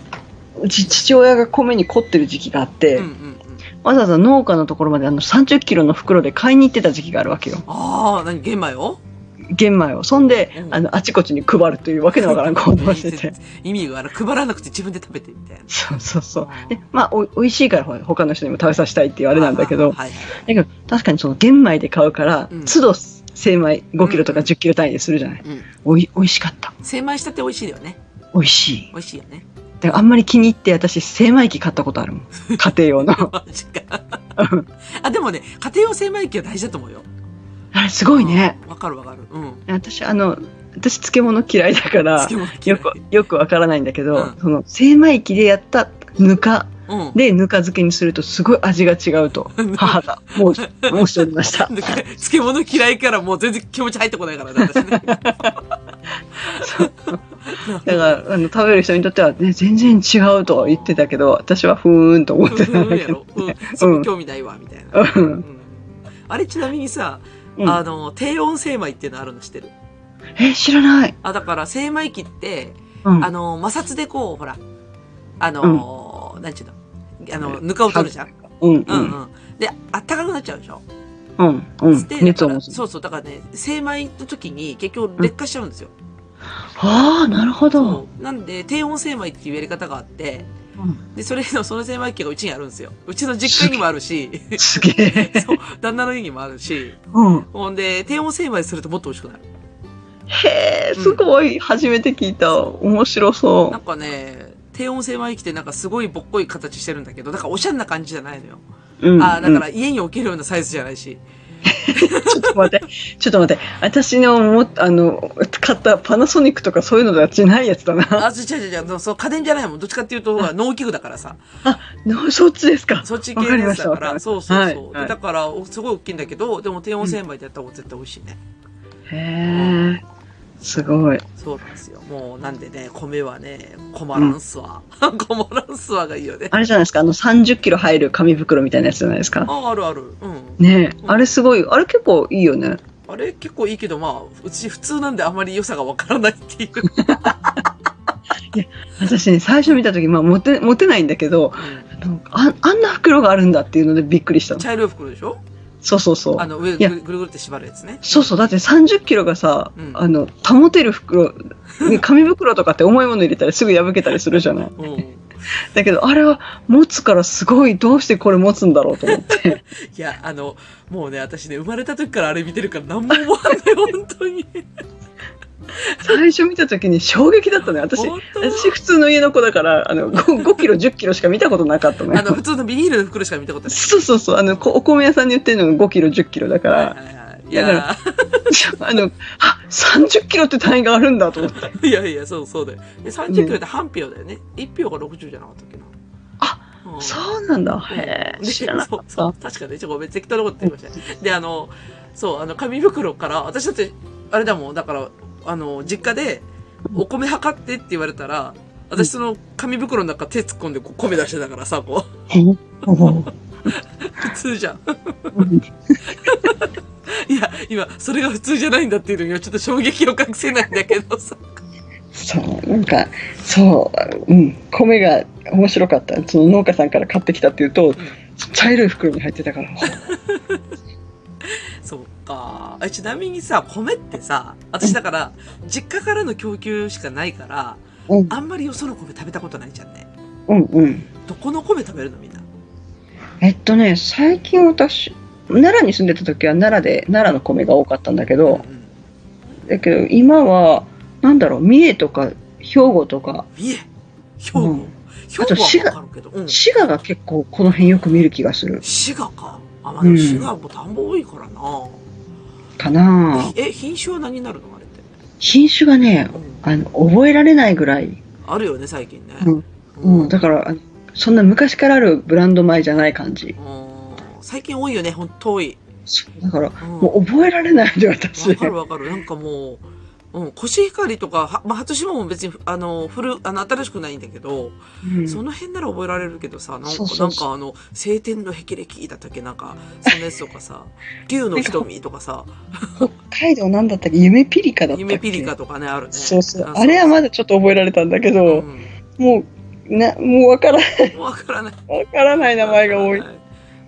C: うち父親が米に凝ってる時期があって、
B: うんうんうん。
C: わざわざ農家のところまであの30キロの袋で買いに行ってた時期があるわけよ。
B: ああ、何、玄米を
C: 玄米を。そんで、
B: うん
C: あの、あちこちに配るというわけのわからん行動をしてて。
B: 意味がある。配らなくて自分で食べてみたいな。
C: そうそうそう。で、まあ、お、美味しいからほら他の人にも食べさせたいっていうあ
B: あ
C: れなんだけど、だ
B: はい。
C: けど、確かにその玄米で買うから、
B: うん
C: 都度精米5キロとか
B: うん
C: 10キロ単位でするじゃない。
B: うん。
C: おい、美味しかった。
B: 精米したって美味しいだよね。
C: 美味しい。
B: 美味しいよね。
C: であんまり気に入って私精米機買ったことあるもん。 家庭用の。
B: マジか。
C: うん
B: あ、でもね、家庭用精米機は大事だと思うよ。
C: あれすごいね。
B: うん。わかるわかる。うん。
C: 私あの、私漬物嫌いだから
B: 漬、物嫌
C: よ
B: い
C: く、よくわからないんだけど、
B: うん
C: その精米機でやったぬか
B: うん。
C: でぬか漬けにするとすごい味が違 うと母がもう、申しておりました。
B: だから 漬物嫌いからもう全然気持ち入ってこないからね、私ね。
C: だから、あの、食べる人にとっては、ね、全然違うと言ってたけど、私はふーんと思ってたん
B: うん
C: だ
B: や
C: け
B: ろ。。
C: ど
B: うん。そこ興味ないわ、みたいな。
C: う。
B: うんんあれちなみにさ、
C: うん
B: あの、低温精米っていうのあるの知ってる
C: え、知らない。
B: あ、だから精米機って、
C: うん
B: あ。の、摩擦でこう、ほら、あの、なんちゅうの、あの、ぬかを取るじゃん。
C: うん。う
B: うん
C: ん。
B: うん。で、あったかくなっちゃうでしょ
C: うん。うん
B: で。
C: 熱を
B: だから
C: 持つ。
B: そうそう。だからね、精米の時に結局劣化しちゃうんですよ。
C: ああ、なるほど。
B: そうなんで、低温精米っていうやり方があって、
C: うん
B: で、それの、その精米機がうちにあるんですよ。うちの実家にもある し、
C: すげえ。
B: そう、旦那の家にもあるし、
C: うん。
B: ほんで、低温精米するともっと美味しくなる。
C: へえ、すごい。初めて聞いた。面白そ
B: なんかね、低温精米機ってなんかすごいぼっこい形してるんだけど、だからおしゃれな感じじゃないのよ。
C: う。うん。
B: ああ、だか
C: う
B: ら
C: ん
B: 家に置けるようなサイズじゃないし。
C: ちょっと待って。ちょっと待って。私のも、あの、買ったパナソニックとかそういうのではないやつだな。
B: あ、ち違う違う違う、そう家電じゃないもん。どっちかっていうと、ほら、農機具だからさ。
C: のそっちですか。
B: そっち系のやつだ
C: わ
B: か
C: かり
B: ら。
C: ました
B: そうそうそう。
C: はいは
B: で
C: い
B: だから、おすごい大きいんだけど、でも低温精米でやった方が絶対美味しいね。
C: へえ、すごい。
B: そうなんですよ。もう、なんでね、米はね、困らんすわ。 困らんすわがいいよね。
C: あれじゃないですか、あの30キロ入る紙袋みたいなやつじゃないですか。
B: あ、あるある。うん。
C: ねえ、あれすごい、あれ結構いいよね。
B: あれ結構いいけど、まあ、うち普通なんであまり良さがわからないっていう。
C: 私ね、最初見た時、まあ、持て、持てないんだけ
B: う
C: ど、
B: ん
C: あのああんな袋があるんだっていうのでびっくりしたの。
B: 茶色い袋でしょ
C: そうそうそ
B: あ
C: う。
B: の、上
C: いや
B: ぐるぐるぐるって縛るやつね。
C: そうそう、だって30キロがさ、
B: うん
C: あの、保てる袋、 ね紙袋とかって重いもの入れたらすぐ破けたりするじゃない。
B: うん。い
C: だけど、あれは持つからすごい、どうしてこれ持つんだろうと思 って。
B: や、あの、もうね、私ね、生まれた時からあれ見てるから何も思わ ない、本当に。
C: 最初見た時に衝撃だったね。私、
B: 本当
C: 私普通の家の子だから、あの、5, 5キロ、10キロしか見たことなかったの
B: あ
C: よ。
B: の、普通のビニールの袋しか見たことない。
C: そうそうそう、あの、こお米屋さんに売ってるのが5キロ、10キロだか
B: はい
C: ら、
B: はいはい。い
C: だ
B: や、
C: あの、あ、30キロって単位があるんだと思って。
B: いやいや、そうそうだよ。で30キロって半票だよね。1票が60じゃなかったっけな。
C: あ、
B: うん
C: そうなんだ。
B: うん
C: へえ、
B: で
C: 知らなか
B: そう
C: っ
B: そう
C: た。
B: 確かね、ちょ、ごめん、適当なこと言ってましたね。で、あの、そう、あの、紙袋から、私だって、あれだもん、だから、あの、実家で、お米測ってって言われたら、私その紙袋の中手突っ込んでこう米出してたからさ、こう、 普通じゃん。いや、今、それが普通じゃないんだっていうのにはちょっと衝撃を隠せないんだけどさ。
C: そう、なんか、そう、うん、米が面白かった。その農家さんから買ってきたっていうと、茶色い袋に入ってたから。
B: そっか。えちなみにさ、米ってさ、私だから、実家からの供給しかないから、
C: うん、
B: あんまりよその米食べたことないじゃんね。
C: うん、うん。
B: どこの米食べるのみんな。
C: えっとね、最近私、奈良に住んでた時は奈良で、奈良の米が多かったんだけど、
B: うん
C: だけど今はなんだろう三重とか兵庫とか
B: 三重、兵庫、
C: うん
B: 兵庫
C: あと滋賀
B: はわかるけど、うん、
C: 滋賀が結構この辺よく見る気がする
B: 滋賀か。あ、まあ、で
C: う
B: も
C: ん
B: 滋賀も田んぼ多いからな。
C: かなぁ
B: え、品種は何になるのあれって。
C: 品種がね
B: うん
C: あの覚えられないぐらい、
B: あるよね、最近ね。
C: うん
B: うん
C: うん、だからあのそんな昔からあるブランド米じゃない感じ
B: うん最近多いよね、ほんと多い。
C: そうだから
B: うん
C: もう覚えられないで
B: わ
C: 私
B: かるわかる。なんかもう、うん、コシヒカリとか、はまあ、初島も別に、あの、古、あの、新しくないんだけど、
C: うん
B: その辺なら覚えられるけどさ、なんか、
C: そうそうそう
B: なんかあの、晴天の霹靂だったっけなんか、そんなやつとか さ、竜の瞳とかさ、
C: 北海道なんだったっけ夢ピリカだったっけ
B: 夢ピリカとかね、あるね。
C: そうそうんあれはまだちょっと覚えられたんだけ
B: う
C: ど、
B: ん
C: もうなもうわから
B: わからない。
C: わからない名前が多い。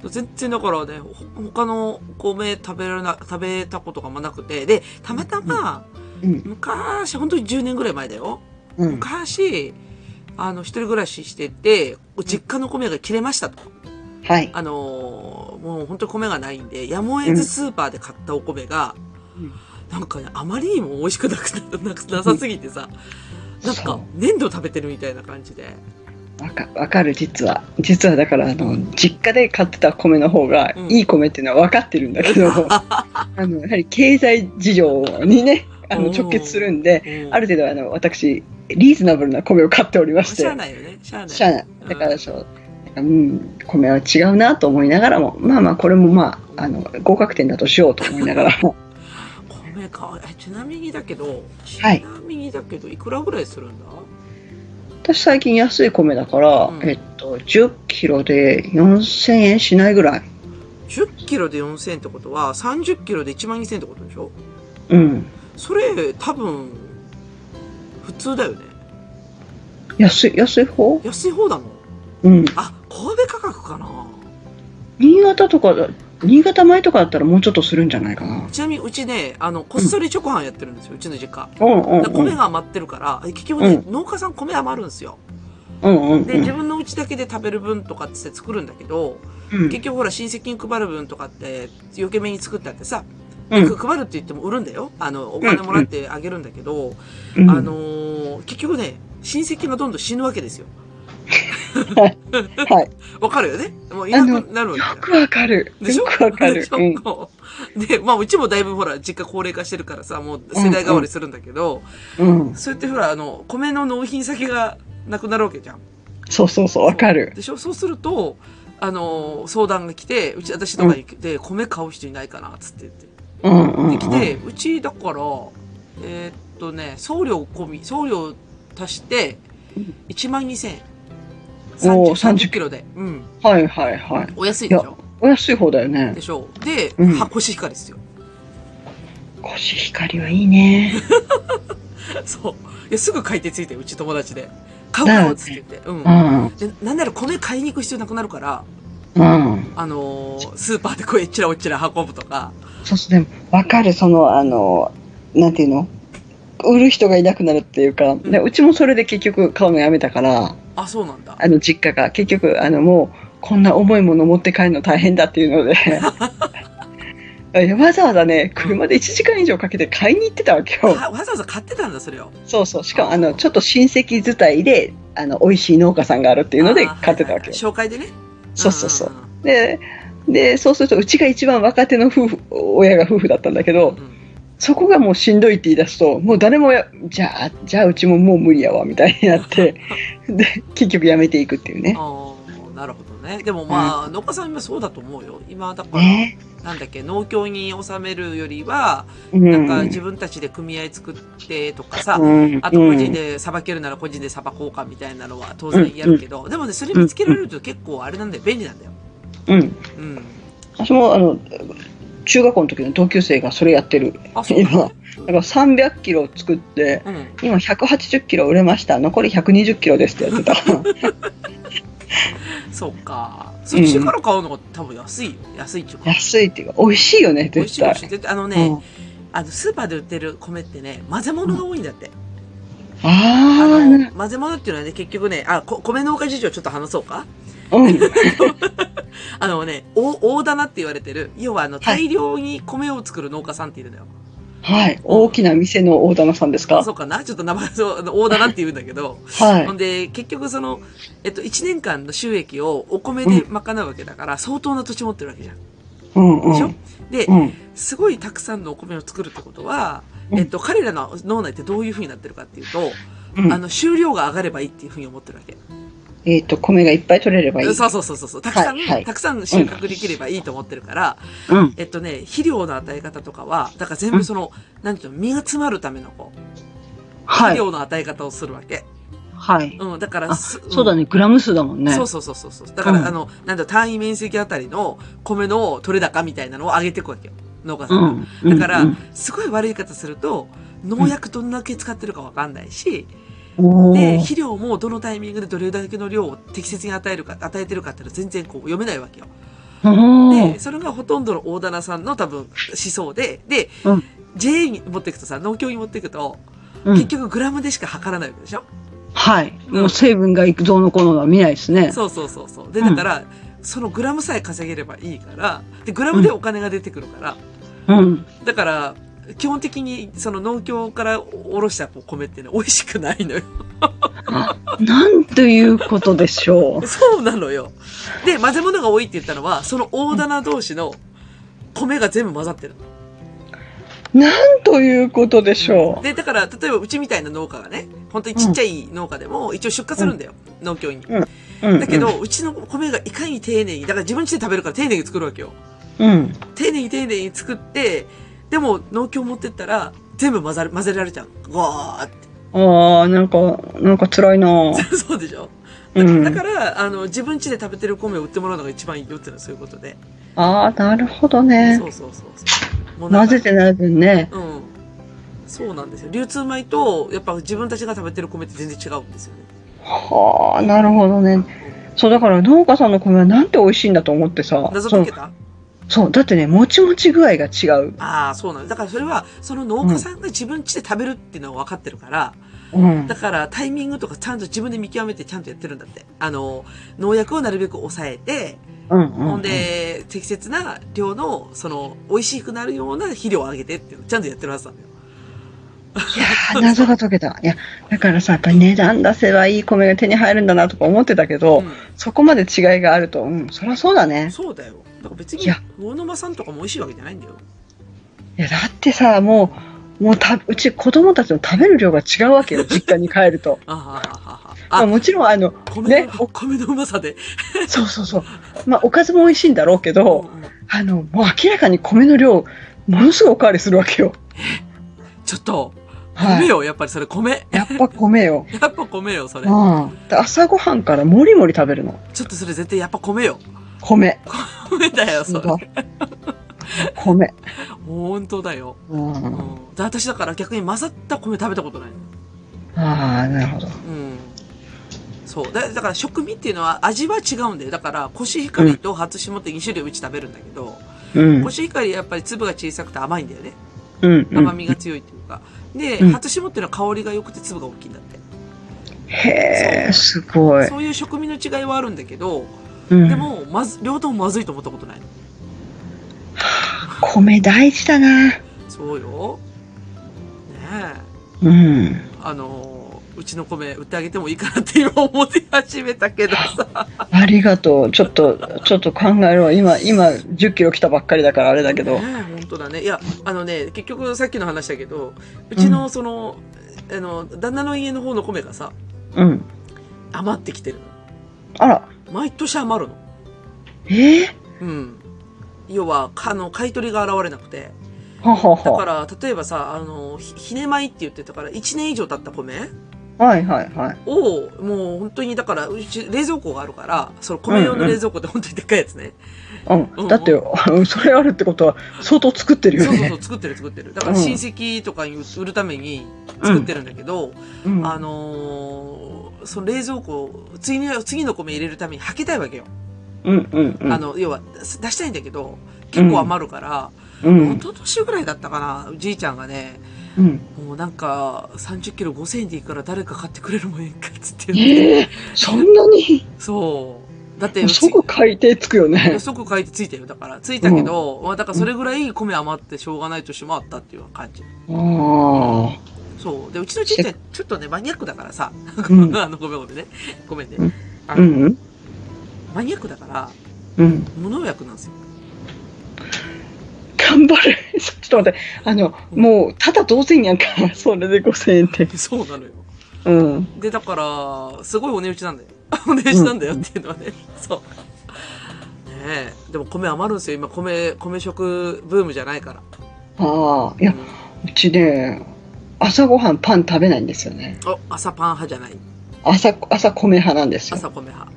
B: 全然だからね、ほ他の米食べられな、食べたことがあんまなくて、で、たまたま、
C: うん
B: 昔、本当に10年ぐらい前だよ。
C: うん
B: 昔、あの、一人暮らししてて、実家の米が切れましたと。
C: はい
B: あのーもう本当に米がないんで、やむを得ずスーパーで買ったお米が、
C: うん
B: なんかね、あまりにも美味しくなくななくなさすぎてさ、なん
C: そう
B: か、粘土食べてるみたいな感じで。
C: わかわかる実は実はだからあの実家で買ってた米の方が
B: うん
C: いい米っていうのは分かってるんだけ ど、あのやはり経済事情にねあの
B: おー
C: 直結するんで
B: うん
C: ある程度あの私リーズナブルな米を買っておりまし
B: してゃあないよね。しゃあない。
C: しゃあないだからそうなんかうん、米は違うなと思いながらもまあまあこれもまああの合格点だとしようと思いながら も
B: 米か、えちなみにだけど、ち
C: はい
B: なみにだけど、いくらぐらいするんだ
C: 私最近安い米だから、
B: うん
C: えっと1 0キロで4000円しないぐらい
B: ?10 キロで4000ってことは、30キロで1万2000ってことでしょ
C: うん
B: それ、多分、普通だよね。
C: 安い安い方
B: 安い方だもん。
C: うん
B: あ、神戸価格かな
C: 新潟とかだ新潟米とかだったらもうちょっとするんじゃないかな
B: ちなみにうちね、あの、こっそり直販やってるんですよ、うちの実家。
C: うんうん
B: だから
C: うん
B: 米が余ってるから、結局ね、
C: う
B: 農家さん米余るんですよ。
C: うんうん
B: で、自分のうちだけで食べる分とかっつって作るんだけど、
C: うん
B: 結局ほら親戚に配る分とかって余計目に作ってあってさ、
C: うん
B: く配るって言っても売るんだよ。あの、お金もらってあげるんだけど、
C: うん
B: あのー結局ね、親戚がどんどん死ぬわけですよ。
C: はい
B: わかるよねもういなくなるわけ
C: よ
B: だよ
C: くわかる
B: でしょ
C: よくわか
B: で
C: る
B: しょ
C: うん
B: で、まあうちもだいぶほら、実家高齢化してるからさ、もう世代代わりするんだけど、
C: うん
B: そうやってほら、あの、米の納品先がなくなるわけじゃん。
C: そうそうそうわかる
B: でしょそうすると、あの、相談が来て、うち、私とかに来て、米買う人いないかな、つって言って。
C: うんうんう
B: で
C: ん
B: きて、うち、だから、えーっとね、送料込み、送料足して、1万2000円。
C: おー
B: 30,
C: 30
B: 30キロで。うん。
C: はいはいはい
B: お安いでしょ
C: お安い方だよね
B: でしょで、
C: うん
B: はコシヒカリですよ。
C: コシヒカリはいいね
B: そう。いや、すぐ買い手ついて、うち友達で。買う買うっつって言って。うん
C: う。ん
B: で、なんなら米買いに行く必要なくなるから、
C: うん
B: あのースーパーでこう、えっちらおっちら運ぶとか。
C: そうそうでもわかるそのあのなんていうの売る人がいなくなるっていうか、でうちもそれで結局買うのやめたから
B: あ、そうなんだ。
C: あの実家が結局あのもうこんな重いもの持って帰るの大変だっていう のでいやわざわざね車で1時間以上かけて買いに行ってたわけよ
B: かわざわざ買ってたんだ、それを。
C: そうそうしかもあのちょっと親戚伝いであの美味しい農家さんがあるっていうので
B: あー
C: 買ってたわけよ
B: はいはいはい紹介でね。
C: そうそうそ
B: う
C: う
B: んんん。
C: ででそうするとうちが一番若手の夫婦親が夫婦だったんだけど
B: うん
C: そこがもうしんどいって言い出すともう誰もやじゃあじゃあうちももう無理やわみたいになって で結局やめていくっていうね。
B: あーなるほどね。でもまあ、農家さん今そうだと思うよ。今、だから、
C: ね
B: なんだっけ、農協に納めるよりは、
C: うん
B: なんか自分たちで組合作ってとかさ、
C: うん
B: あと個人で裁けるなら個人で裁こうかみたいなのは当然やるけど、でもね、それ見つけられると結構あれなんだよ、便利なんだよ。
C: うん、うん
B: うん。
C: 私もあの中学校の時の同級生がそれやってる
B: あ、そう
C: 今
B: な
C: だ
B: んだ
C: から300キロ作って
B: うん。
C: 今180キロ売れました残り120キロですってやってた
B: そうか。そっちから買うのが多分安いよ。安いっていうか。
C: 安いっていうか美味しいよね
B: 美味しい
C: 絶
B: 美
C: 対
B: 味しい。絶対あの
C: うん
B: ね、あの、スーパーで売ってる米ってね、混ぜ物が多いんだって。あ
C: ああ
B: の、
C: ね
B: 混ぜ物っていうのはね、結局ね、あ、こ米農家事情ちょっと話そうか。
C: うん
B: あのね、お大棚って言われてる、要はあの、
C: はい
B: 大量に米を作る農家さんっているのよ。
C: はい大きな店の大棚さんですか
B: そうかなちょっと名前、そうあの大棚って言うんだけど。
C: はい
B: ほんで、結局その、えっと、1年間の収益をお米で賄うわけだから、相当な土地持ってるわけじゃん。
C: うんう
B: でしょ、
C: ん
B: で、
C: うん
B: すごいたくさんのお米を作るってことは、
C: うん
B: えっと、彼らの脳内ってどういうふうになってるかっていうと、
C: うん
B: あの、収量が上がればいいっていうふうに思ってるわけ。
C: えっと米がいっぱい取れればいい
B: そうそうそうそうそう。たくさん、
C: はいはい
B: たくさん収穫できればいいと思ってるから、
C: うん
B: えっとね、肥料の与え方とかは、だから全部その、なんていうの、身が詰まるためのこう、
C: は
B: 肥
C: い
B: 料の与え方をするわけ。
C: はい
B: うん、だから
C: あ
B: す、ん
C: そうだねグラム数だもんね
B: そうそうそうそうそう。だから、
C: うん
B: あの、なんだ、単位面積あたりの米の取れ高みたいなのを上げていくわけよ。農家さんが。
C: んうん
B: だから
C: うん、
B: すごい悪い言い方すると、農薬どんだけ使ってるかわかんないし、
C: お
B: で、
C: ー
B: 肥料もどのタイミングでどれだけの量を適切に与えるか、与えてるかっていうのは全然こう読めないわけよ。
C: おー
B: で、それがほとんどの大棚さんの多分思想で、で、
C: うん
B: JA に持っていくとさ、農協に持っていくと、
C: うん
B: 結局グラムでしか測らないわけでしょ、
C: はい。
B: うん
C: もう成分がいくどうのこうのは見ないですね。
B: そうそうそうそう。で、
C: う
B: だ
C: ん
B: から、そのグラムさえ稼げればいいから、で、グラムでお金が出てくるから、
C: うん。
B: だから、基本的にその農協からおろした米ってね、美味しくないのよ。
C: なんということで しょう。
B: そうなのよ。で、混ぜ物が多いって言ったのは、その大棚同士の米が全部混ざってるの。
C: なんということでしょ
B: で、だから、例えばうちみたいな農家がね、本当にちっちゃい農家でも一応出荷するんだよ、農協に。
C: う。うん
B: だけ、ど、うちの米がいかに丁寧に、だから自分家で食べるから丁寧に作るわけよ。
C: うん。
B: 丁寧に丁寧に作って、でも農協持ってったら、全部混ざる、混ぜられちゃう。わーって。
C: ああ、なんか、なんか辛いな
B: そうでしょ
C: うん
B: だから、あの、自分家で食べてる米を売ってもらうのが一番いいよっていうのはそういうことで。
C: ああ、なるほどね
B: そ。うそうそうそう。もうな
C: 混
B: んか
C: ぜてない分ね。
B: うん。そうなんですよ。流通米と、やっぱ自分たちが食べてる米って全然違うんですよね。
C: はあ、なるほどね。そう、だから農家さんの米はなんて美味しいんだと思ってさ。
B: 謎
C: そ
B: 解
C: う
B: け、た
C: そう、だってね、もちもち具合が違う。
B: ああ、そうなんです。だからそれは、その農家さんが自分家で食べるっていうのは分かってるから、
C: うん
B: だ。からタイミングとかちゃんと自分で見極めてちゃんとやってるんだって。あの、農薬をなるべく抑えて、
C: うんうん、
B: ほんで、適切な量の、その、美味しくなるような肥料をあげてっていうのをちゃんとやってるはずなんだよ。
C: いやー謎が解けた。いや、だからさ、やっぱり値段出せばいい米が手に入るんだなとか思ってたけど、
B: う
C: そこまで違いがあると、うん、そりゃそうだね
B: ん。。そうだよ。だから別に
C: いや、
B: 魚沼さんとかも美味しいわけじゃないんだよ。
C: いや、だってさ、もう、もうた、うち子供たちの食べる量が違うわ
B: 。
C: けよ、実家に帰ると
B: あははは
C: まあ、
B: は。あ、
C: もちろん、あの、
B: 米
C: ね
B: の、お米のうまさで。
C: そうそうそう。まあ、おかずも美味しいんだろうけ
B: う
C: ど、
B: んうん
C: あの、もう明らかに米の量、ものすごいおかわりするわ けよ。
B: ちょっと、
C: は
B: 米
C: い。
B: よ、やっぱりそれ米。
C: やっぱ米よ。
B: やっぱ米よ、それ。
C: うん。で朝ごはんからもりもり食べるの。
B: ちょっとそれ絶対やっぱ米よ。
C: 米。
B: 米だよ、それ。
C: 米。
B: 本当だよ。
C: うん。
B: う
C: あ
B: ん。で私だから逆に混ざった米食べたことない。う
C: あ、なるほど。
B: ん。そう。だだから食味っていうのは味は違うんだよ。だから、コシヒカリと初霜って2種類うち食べるんだけど、
C: うん
B: コ。シヒカリやっぱり粒が小さくて甘いんだよね。
C: うん。
B: 甘みが強いっていうか。で、
C: うん
B: 初霜っていうのは香りが良くて粒が大きいんだって。
C: へえ、すごい。
B: そういう食味の違いはあるんだけど、
C: うん
B: でも、まず、両方まずいと思ったことない。
C: 米大事だな。
B: そうよ。ね
C: うん。
B: え。あのー、うちの米売ってあげてもいいかなって今思い始めたけどさ。
C: ありがとう。ちょっと、ちょっと考えろ。今、今、10キロ来たばっかりだからあれだけど。
B: ねえ、本当だね。いや、あのね、結局さっきの話だけど、うちのその、あの、旦那の家の方の米がさ、
C: うん。
B: 余ってきてるの。
C: あら。
B: 毎年余るの。
C: ええ
B: うん。要は、かあの、買い取りが現れなくて。
C: はは
B: だか
C: は。
B: ら、例えばさ、あの、ひひね米って言ってたから、1年以上経った米
C: はいはいはい。
B: を、もう本当に、だから、うち冷蔵庫があるから、その米用の冷蔵庫って本当にでっかいやつね。
C: うん。だって、うん それあるってことは、相当作ってるよ
B: そうそうそ
C: ね。
B: う、作ってる作ってる。だから親戚とかに売るために作ってるんだけど、
C: うん
B: あのーその冷蔵庫、次の、次の米入れるために履きたいわけよ。
C: うんうんうん。
B: あの、要は出したいんだけど、結構余るから、
C: う
B: 一
C: ん。
B: 昨年ぐらいだったかな、じいちゃんがね、
C: うん。
B: もうなんか、30キロ5000円でいいから誰か買ってくれるもんええんかっつって言って。
C: ええそんなに、
B: そう。だって、
C: もう即改定つくよね
B: 予。測書いてついたよ。だから、ついたけど、まあだからそれぐらい米余ってしょうがない年もあったっていう感じ。
C: ああ。
B: そう。で、うちのじいちゃん、ちょっとね、マニアックだからさ。
C: う ん
B: あの、ごめんごめんね。ごめんね。
C: うん
B: あ
C: う
B: の
C: ん
B: マニアックだから、
C: うん。
B: 無農薬なんですよ。
C: 頑張る。 ちょっと待って。あの、もう、ただ同然やんか。それで5000円って。
B: そうなのよ。
C: うん。
B: で、だから、すごいお値打ちなんだよ。 お値打ちなんだよっていうのはね。そう。ねえ。でも米余るんですよ。今、米、米食ブームじゃないから。
C: ああ、いや、うちね、朝ごはんパン食べないんですよね。
B: お、朝パン派じゃない。
C: 朝、朝米派なんですよ。
B: 朝米派。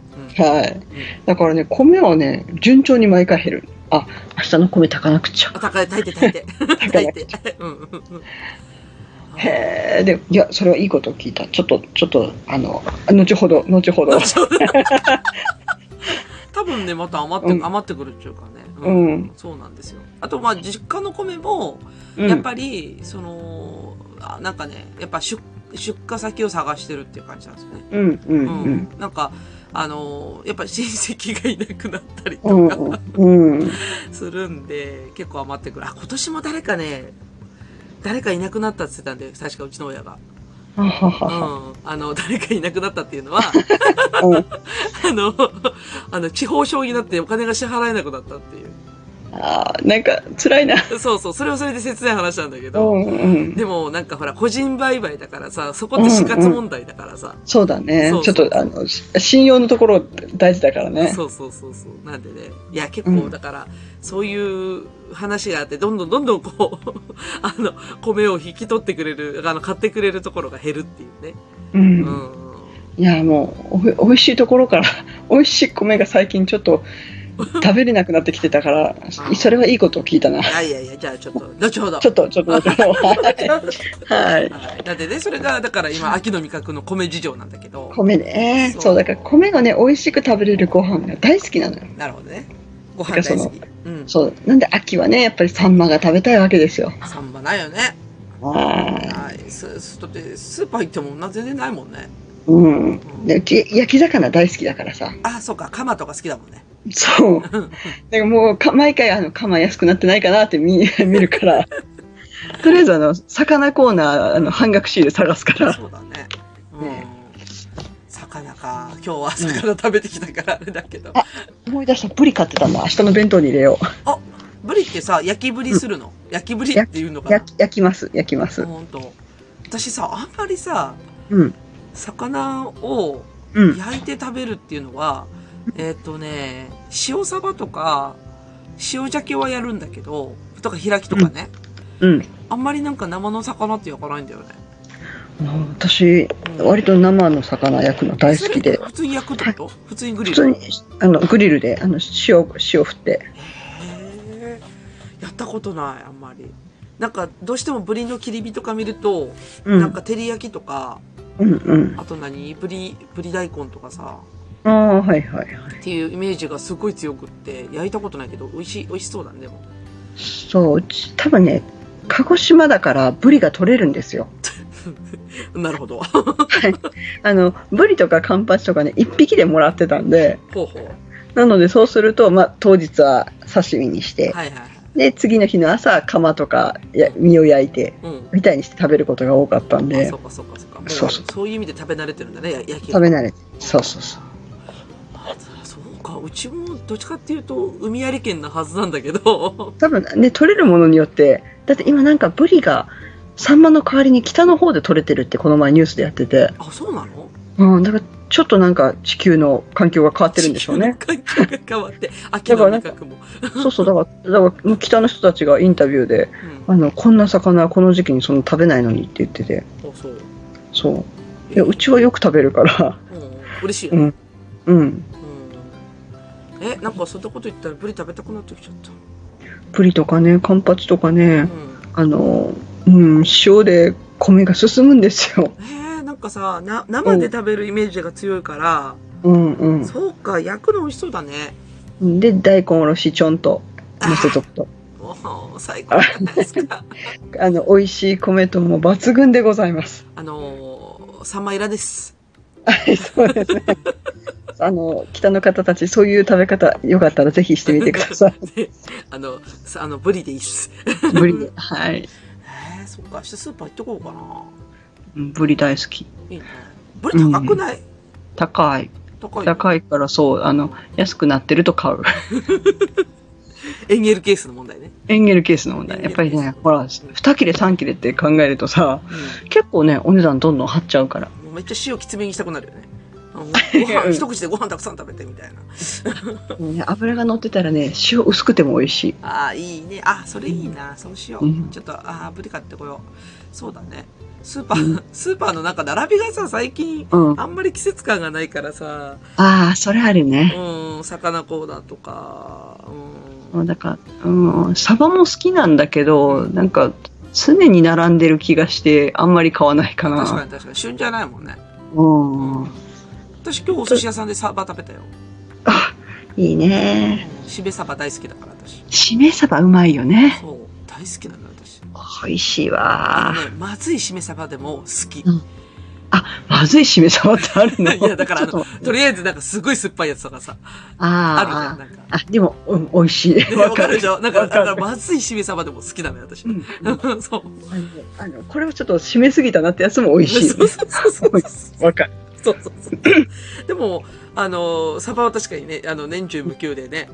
B: うん。
C: はい。だからね、米はね、順調に毎回減る。あ、明日の米炊かなくち ゃ
B: あ、。炊い炊いて、炊いて。炊いて。 うんうんうん。
C: へえ、で、いや、それはいいことを聞いた。ちょっと、ちょっと、あの、後ほど、後ほど。
B: 多分ね、また余って、
C: うん
B: 余ってくるっていうかね。
C: うん。
B: そうなんですよ。あと、まあ、実家の米も、
C: うん
B: やっぱり、その、あなんかね、やっぱ出、出荷先を探してるっていう感じなんですよね。
C: うん、うん、
B: う
C: うんん。。
B: なんか、あの、やっぱ親戚がいなくなったり
C: うん
B: とか、
C: うん、うん。
B: するんで、結構余ってくる。あ、今年も誰かね、誰かいなくなったって言ってたんで、確かうちの親が。
C: はは
B: う
C: はは。
B: ん。あの、誰かいなくなったっていう のは、
C: うん
B: あの、あの、地方将棋になってお金が支払えなくなったっていう。
C: あーなんか、辛いな。
B: そうそう、それはそれで切ない話なんだけ
C: う
B: ど。
C: んうん。
B: でも、なんかほら、個人売買だからさ、そこって死活問題だからさ。
C: そうだね。
B: そう
C: ち
B: そ
C: ょ
B: う
C: っと、あの、し信用のところ大事だからね。
B: そうそうそうそう。なんでね。いや、結
C: う
B: 構、
C: ん
B: だから、そういう話があって、どんどんどんどんこう、 あの、米を引き取ってくれる、あの、買ってくれるところが減るっていうね。
C: う。
B: うんん。
C: いや、もう、おい美味しいところから、美味しい米が最近ちょっと食べれなくなってきてたから、それはいいことを聞いたな。
B: いやいやいや、じゃあちょっと、後ほど。
C: ちょっと、ちょっと待って、もう はい。はい。
B: はいだってね、それが、だから今、秋の味覚の米事情なんだけど。
C: 米ね。
B: そ
C: そうう、だから米がね、美味しく食べれるご飯が大好きなのよ。
B: なるほどね。ご飯大好き。うん。
C: そう。なんで秋はね、やっぱりサンマが食べたいわけですよ。
B: サンマないよね。
C: は
B: はい。す、すだって、スーパー行ってもな全然ないもんね。
C: い。うん。で、うち焼き魚大好きだからさ。
B: あ、そうか、カマとか好きだもんね。
C: そう。だからもうか、毎回、あの、釜安くなってないかなって見、 見るから。とりあえず、あの、魚コーナー、あの、半額シール探すから。
B: そうだね。
C: ね
B: うん。魚か。今日は魚食べてきたからあれだけど。
C: 思い出した、ブリ買ってたんだ。明日の弁当に入れよ
B: ブリってさ、焼きブリするの、焼きブリっていうの
C: う。
B: かな
C: 焼き、焼きます、焼きます。
B: ほんと。私さ、あんまりさ、
C: うん。
B: 魚を
C: うん。
B: 焼いて食べるっていうのは、えーっ、とね、塩サバとか、塩鮭はやるんだけど、とか開きとかね。
C: うん。
B: あんまりなんか生の魚って焼かないんだよね。
C: あ
B: う
C: 私、
B: ん
C: 割と生の魚焼くの大好き
B: そ
C: で
B: れ。普通に焼くってこと、普通にグリ
C: 普
B: ル。
C: 通に、あの、グリルで、あの、塩、塩振って。
B: へーやったことないあんまりなんかどうしてもブリの切り身とか見ると、
C: うん。
B: なんか照り焼きとか
C: うんうん。
B: あと何ブリブリ大根とかさ
C: ああ、はいはいはい。
B: っていうイメージがすごい強くって焼いたことないけど美味しい美味しそうだねでも
C: そう、うち、多分ね、鹿児島だからブリが取れるんです よ。
B: なるほど
C: あの、ブリとかカンパチとかね、一匹でもらってたんで、
B: ほうほう
C: なのでそうすると、まあ、当日は刺身にして、
B: はいはいはい
C: で、次の日の朝、釜とかや身を焼いて、
B: うん
C: みたいにして食べることが多かったん
B: あ
C: で
B: そ、うかそうかそうかもう
C: そうそう
B: そういう意味で食べ慣れてるんだねや焼き
C: 食べ慣れて。そうそうそう。
B: あそうかうちもどっちかっていうと海やり県なはずなんだけ ど
C: 多分ね、取れるものによって、だって今なんかブリが、サンマの代わりに北の方で取れてるってこの前ニュースでやってて、
B: あそうなの
C: うん、だからちょっとなんか地球の環境が変わってるんでしょうね。
B: 環境が変わって秋の味覚も
C: そうそう、だから、だから北の人たちがインタビューで、
B: うん
C: あの、こんな魚はこの時期にそんな食べないのにって言ってて、
B: あそう
C: そう。いや、うちはよく食べるから、
B: うん嬉しいよね、
C: うん。
B: うんえなんかそんなこと言ったらブリ食べたくなってきちゃっ
C: プリとかね、カンパチと
B: た、
C: か
B: う
C: ね、
B: ん、
C: あの、うん、塩で米が進むんですよ。
B: えー、なんかさな生で食べるイメージが強いから、
C: うんう
B: そうか焼くの美味しそうだね
C: ん。で、大根おろしちょんと乗せとくと。
B: おー最高じゃないですか
C: あの、美味しい米とも抜群でございます。
B: あのー、サンマイラです
C: はい、そうですね。 あの、北の方たち、そういう食べ方、よかったらぜひしてみてください。
B: であのさあのブリでいいっす
C: ブリで。はい。
B: えー、そっか明日スーパー行ってこうかな
C: うんブリ大好き。
B: いいねブリ高くない、
C: 高い。
B: 高い
C: 高いからそう、あの、安くなってると買う。
B: エンゲルケースの問題ね、
C: エンゲルケースの問題。
B: エンゲ
C: やっ
B: ル
C: ぱ
B: ケース
C: りね、ほら、2切れ3切れって考えるとさ、結構ね、お値段どんどん張っちゃうから。
B: もうめっちゃ塩きつめにしたくなるよねあ のご
C: う
B: 飯
C: ん
B: 一口でご飯たくさん食べてみたいな
C: ね、油が乗ってたらね、塩薄くても美味しい。
B: ああいいねあそうれいいなそうしよう、
C: うん
B: ちょっとああぶり買ってこようそうだねスーパー スーパーの中並びがさ最近
C: うん。あ
B: あんまり季節感がないからさ
C: あ、それあるね。
B: うん魚コーナーとかうん
C: もうだから、うん、サバも好きなんだけど、なんか、常に並んでる気がして、あんまり買わないかな。
B: 確かに確かに旬じゃないもんね
C: うん。
B: 私今日お寿司屋さんでサバ食べたよ
C: あ、いいね。
B: うんしべサバ大好きだから私
C: しめ鯖うまいよね。
B: そう大好きなのよ私
C: 美味しい
B: あ
C: わ
B: の。ねまずいしめ鯖でも好き、
C: うんあ、まずいしめ鯖ってあるの
B: いや、だからあ
C: ち
B: の
C: ょっと待っ、て
B: とりあえずなんかすごい酸っぱいやつとかさ、あるじゃん、
C: あ
B: な
C: ー
B: んか。
C: あ、でも、うん、美味しい。
B: わかるでしょなんか、だ
C: わか
B: か
C: る
B: ら、まずいしめ鯖でも好きなのよ、私
C: う。ん、うん
B: そう。
C: あのあの、これはちょっと締めすぎたなってやつも美味し
B: そうそうそうそう。
C: い。わかる。
B: そうそうそう。でも、あの、サバは確かにね、あの、年中無休でね、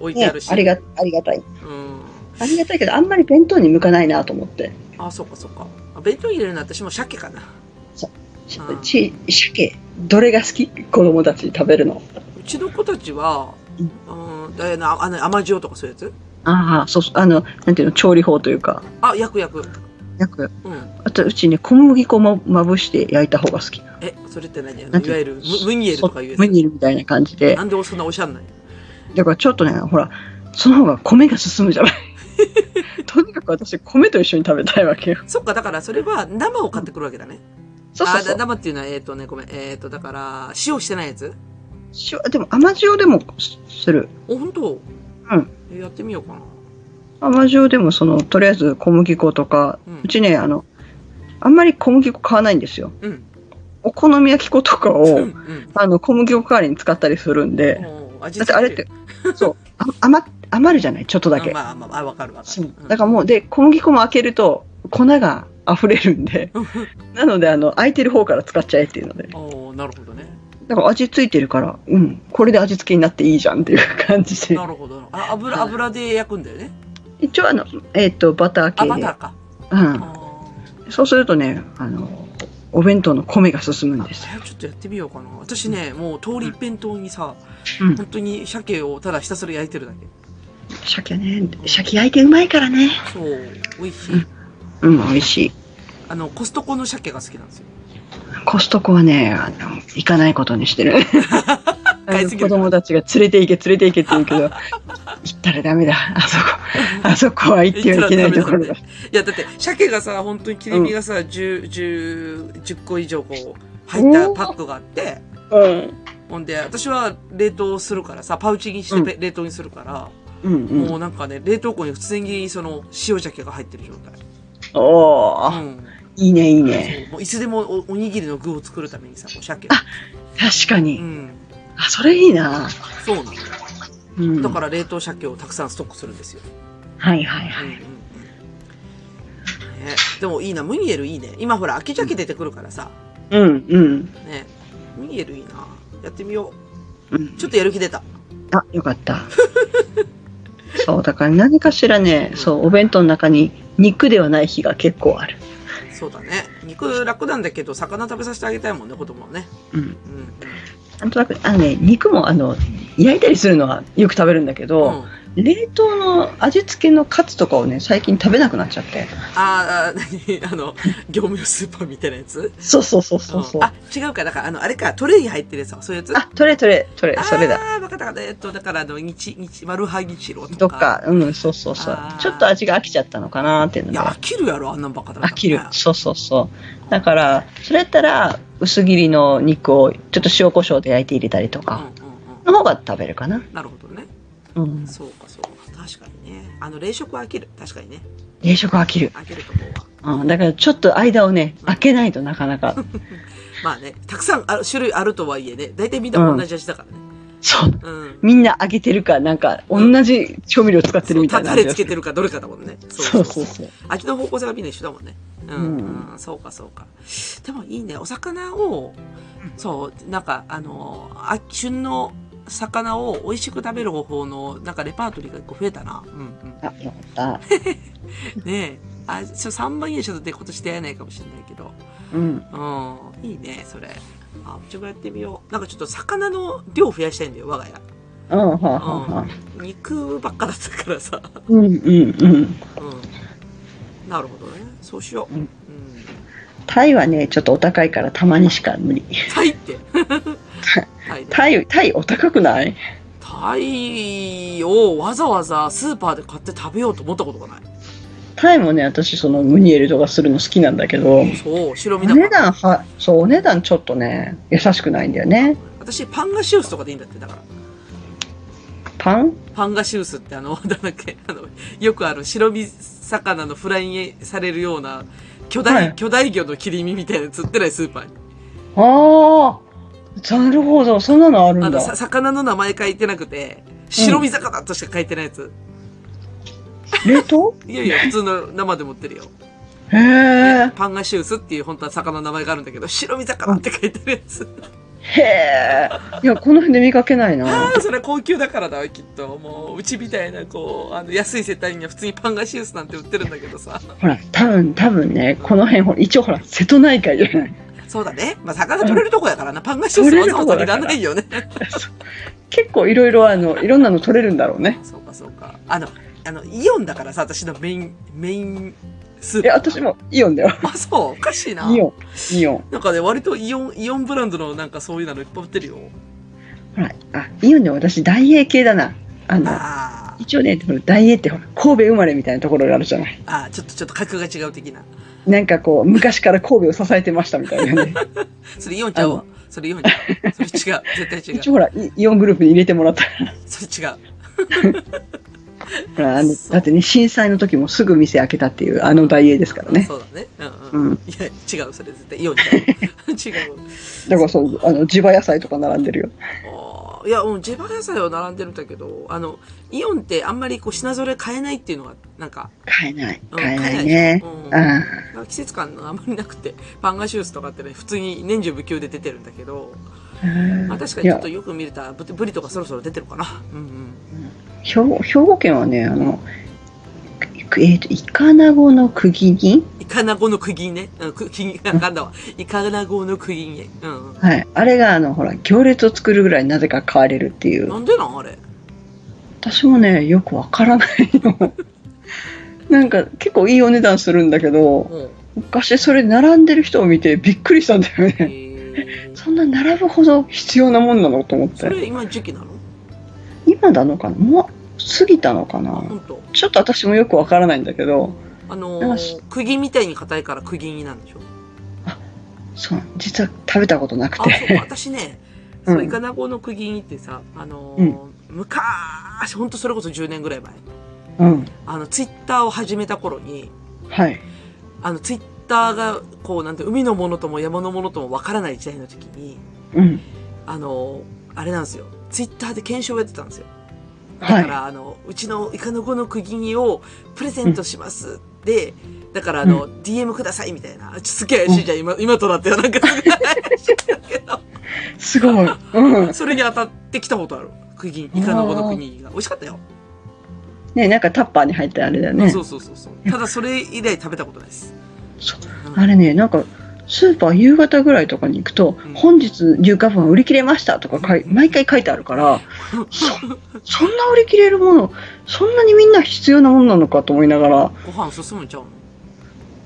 B: 置いてあ
C: ね
B: るし。
C: ありが、ありがたい。
B: うん。
C: ありがたいけど、あんまり弁当に向かないなと思って。
B: あ、そっかそっか。あ弁当に入れるのは私も鮭かな。
C: ち
B: うん、
C: ち鮭、どれが好き子供たち食べるの。
B: うちの子たちは、うん、だよな、あの、甘塩とかそういうやつ
C: ああ、そうそう、あの、なんていうの、調理法というか。
B: あ、焼く焼く。
C: なんか、
B: うん。
C: あと、うちね、小麦粉もまぶして焼いた方が好き。
B: え、それって何あの
C: なんて
B: いわゆるム、ムニエルとかいうやつ。
C: ムニエルみたいな感じで
B: な。んでそんなおしゃんない
C: だからちょっとね、ほら、その方が米が進むじ ゃない。とにかく私、米と一緒に食べたいわけよ。
B: そっか、だからそれは生を買ってくるわけだね。
C: そうそうそ
B: あ
C: う
B: だ。生っていうのは、えっ、とね、ごめん。えっ、と、だから、塩してないやつ
C: 塩でも甘塩でもする。
B: お、本当
C: うん。
B: えやってみようかな。
C: 甘塩でもその、とりあえず小麦粉とか、
B: うん
C: うちね、あの、あんまり小麦粉買わないんですよ。
B: うん。
C: お好み焼き粉とか
B: うん。う
C: を、
B: ん。
C: あの、小麦粉代わりに使ったりするんで、
B: おー味
C: だ
B: 付
C: って
B: け
C: あれって、そう、あ余余るじゃないちょっとだ
B: あ
C: け。
B: まあまあ、あわかるわか
C: そ
B: る
C: う。だからもう、で、小麦粉も開けると、粉が溢れるんで、
B: うん。
C: なので、あの、空いてる方から使っちゃえっていうので。
B: おーなるほどね。
C: だから味付いてるから、うん、これで味付けになっていいじゃんっていう感じで
B: な。るほど。あ、油、
C: はい
B: 油で焼くんだよね。
C: 一応あの、えっ、と、バター系
B: あ、
C: で。
B: バターか。あ
C: うん。そうするとね、あの、お弁当の米が進むんですよ。
B: ーえちょっとやってみようかな。私ね、もう通り一辺倒にさ、
C: うん
B: 本当に鮭をただひたすら焼いてるだけ。
C: 鮭ね、鮭焼いてうまいからね。
B: そう。美味しい。
C: うん、美味しい。
B: あの、コストコの鮭が好きなんですよ。
C: コストコはね、あの、行かないことにしてる。あ
B: 買い
C: の
B: すぎる
C: 子供たちが連れて行け、連れて行けって言うけ ど、行ったらダメだ。あそこ、あそこは行ってはいけないところだ。
B: いや、だって、鮭がさ、本当に切れ身がさ、10、10、10個以上こう、入ったパックがあって、
C: うん。
B: ほんで、私は冷凍するからさ、パウチにして
C: うん
B: ペ冷凍にするから、
C: うんう
B: も
C: ん。
B: うなんかね、冷凍庫に普通にその、塩鮭が入ってる状態。
C: おー、
B: うん。
C: いいね、いいね。
B: そうもういつでもおおにぎりの具を作るためにさ、こう鮭。
C: 確か
B: う
C: に。
B: ん。
C: あ、それいいな。
B: そうなのよ。
C: うん。
B: だから冷凍鮭をたくさんストックするんですよ。
C: はいはい
B: うん
C: は
B: うん
C: い。
B: うん。ね、でもいいな、ムニエルいいね。今ほら、秋鮭出てくるからさ、
C: うんうん。
B: ね。ムニエルいいな。やってみよ
C: うん
B: う。ちょっとやる気出た。
C: あ、よか った。そう、だから何かしらね、そう、お弁当の中に肉ではない日が結構ある。
B: そうだね。肉楽なんだけど、魚食べさせてあげたいもんね、子供はね。
C: うん。
B: うんうん。
C: なんとなく、あのね、肉もあの、焼いたりするのはよく食べるんだけど、
B: うん
C: 冷凍の味付けのカツとかをね、最近食べなくなっちゃって。
B: あーあー、何あ の、業務用スーパーみたいなやつ
C: そうそうそうそうそう。
B: んあ、違うか。だから、あの、あれか、トレイに入ってるやつは、そういうやつ
C: あ、トレトレ、トレ、それだ。
B: ああ、わかったわかった。えっと、だから、あの、日、日、マルハニチロとか。
C: どっか、うん、そうそうそう
B: あー。
C: ちょっと味が飽きちゃったのかなーっていうの
B: い
C: で
B: や、飽きるやろ、あんなんばっかだったら
C: 飽きる
B: ね。
C: そうそうそう。だから、それやったら、薄切りの肉をちょっと塩コショウで焼いて入れたりと
B: うんうん
C: か、の方が食べるかな。
B: うん。なるほどね。
C: うん。
B: そうか、そうか。確かにね。あの、冷食は飽きる。確かにね。
C: 冷食飽きる。
B: 飽きると思うわ。
C: うん。だからちょっと間をね、開けないとなかなか。
B: まあね、たくさんある種類あるとはいえね、大体みんな同じ味だからね。
C: そう。
B: うん。
C: みんな揚げてるか、なんか、
B: うん
C: 同じ調味料使ってるみたい
B: タ
C: な感じ
B: レ
C: が
B: つ
C: す
B: け
C: る。
B: てるかどれかだもんね。
C: そうそうそう。
B: 味の方向性がみんな一緒だもんね。うん、
C: うん
B: うんそうかそうか。でもいいね、お魚を、そう、なんかあの、あ旬の魚を美味しく食べる方法の、なんかレパートリーが一個増えたな。うん
C: あ、よかった。
B: うん。ねえ。あ、ちょ、3番家ちょっとで今年出会えないかもしれないけど。
C: うん。
B: うん。いいね、それ。あ、うちもやってみよう。なんかちょっと魚の量増やしたいんだよ、我が家。
C: うん、はあ、はあ、はあ。
B: 肉ばっかだったからさ。
C: うん、うん、うん。
B: うん。なるほどね。そうしよう。う
C: うんん。タイはね、ちょっとお高いからたまにしか無理。
B: タイって。タイね
C: タイ、タイお高くない
B: タイをわざわざスーパーで買って食べようと思ったことがない。
C: タイもね、私そのムニエルとかするの好きなんだけど、
B: そう、白
C: お
B: 身だか
C: 値
B: ら。
C: 段は、そう、お値段ちょっとね、優しくないんだよね。
B: 私、パンガシウスとかでいいんだって、だから。
C: パン
B: パンガシウスってあの、 なんだっけ、あの、よくある白身魚のフライにされるような、巨大、
C: はい
B: 巨大魚の切り身みたいなの釣ってないスーパーに。
C: ああ、なるほど、そんなのある
B: あの、
C: んだ。
B: さ、魚の名前書いてなくて、白身魚としか書いてないやつ。
C: 冷凍
B: いやいや、普通の生で持ってるよ。
C: へえ、
B: パンガシウスっていう本当は魚の名前があるんだけど、白身魚って書いてるやつ。
C: へえ。いや、この辺で見かけないな。
B: ああ、それは高級だからだ、きっと。もう、うちみたいな、こう、あの、安い世帯には普通にパンガシウスなんて売ってるんだけどさ。
C: ほら、多分、多分ね、この辺、ほら一応ほら、瀬戸内海じゃない。
B: そうだね。まあ、魚取れるとこやからな。パンガシウスわざわざいらないよね。
C: 結構いろいろ、あの、いろんなの取れるんだろうね。
B: そうか、そうか。あの、あの、イオンだからさ、私のメイン、メインスー
C: い
B: パー。
C: や、私。もイオンだよ。
B: あ、そう。おかしいな。
C: イオン、イオン。
B: なんかね、割とイオン、イオンブランドのなんかそういうのいっぱい売ってるよ。
C: ほら、あ、イオンで私、大英系だな。あの、
B: あ
C: 一応ね、ほら大英ってほら、神戸生まれみたいなところがあるじゃない。
B: あ、ああ、ちょっと、ちょっと格が違う的な。
C: なんかこう、昔から神戸を支えてましたみたい なね。
B: それイオンちゃうわ。それイオンちゃう。それ違う。絶対違
C: 一
B: う。
C: 応ほら、イイオングループに入れてもらったから。
B: それ違う。
C: ほら、あの、
B: そう
C: だってね、震災の時もすぐ店開けたっていう、あの大英ですからね。
B: そうだね。うん
C: う
B: うん。
C: ん。
B: いや、違う、それ絶対イオンちゃう。違う。
C: だからそう、あの、地場野菜とか並んでるよ。
B: あーいや、うん、地場野菜は並んでるんだけど、あの、イオンってあんまりこう品揃え買えないっていうのが、なんか、
C: 買えない。
B: うん
C: 買えないね。
B: うん
C: ああ。
B: なんか季節感があんまりなくて、パンガシュースとかってね、普通に年中無休で出てるんだけど、まあ確かにちょっと
C: いや
B: よく見れたブブリとかそろそろ出てるかな。うん
C: 兵庫兵庫県はね、あの、くえっ、と、イカナゴの釘に、
B: うん。イカナゴの釘ね。うん、釘、あかんだわ。イカナゴの釘ね。うん。
C: はい。あれが、あの、ほら、行列を作るぐらいなぜか買われるっていう。
B: なんでなんあれ。
C: 私もね、よくわからないの。なんか、結構いいお値段するんだけど、
B: うん。
C: 昔それ並んでる人を見てびっくりしたんだよね。
B: へー
C: そんな並ぶほど必要なもんなのと思っ
B: そ
C: て。
B: れ今時期なの
C: 今なのかなもう過ぎたのか
B: あ、
C: な
B: ほんと。
C: ちょっと私もよくわからないんだけど、
B: あの
C: なんか
B: ー
C: し、
B: 釘みたいに硬いから釘になんでしょ
C: そう、実は食べたことなく
B: あ、そうか
C: て。
B: 私ね、
C: う
B: そ
C: ん
B: う、イカナゴの釘にってさ、あのー
C: う
B: 昔、ほんとそれこそ10年ぐらい前、
C: うん。
B: あの、ツイッターを始めた頃に、
C: はい。
B: あの、ツイッターが、こう、なんて、海のものとも山のものともわからない時代の時に、
C: うん。
B: あのーあれなんですよ。ツイッターで検証をやってたんですよ。だ
C: は
B: か
C: い。
B: ら、あの、うちのイカの子の釘煮をプレゼントします。で、だから、あの、DM くださいみたいな。ちょっとすっげえ怪しいじゃん、今、今となってはなんかすごい怪しいけど。
C: すごい。うん。
B: それに当たってきたことある。釘煮、イカの子の釘煮が。美味しかったよ。
C: ねなんかタッパーに入ってあれだよね
B: そ。うそうそうそう。ただ、それ以来食べたことないです。
C: そう
B: うん
C: あれね、なんか、スーパー夕方ぐらいとかに行くと、
B: うん
C: 本日入荷分売り切れましたとか書い、毎回書いてあ るから、そ、そんな売り切れるもの、そんなにみんな必要なものなのかと思いながら、
B: ご飯進むんちゃうの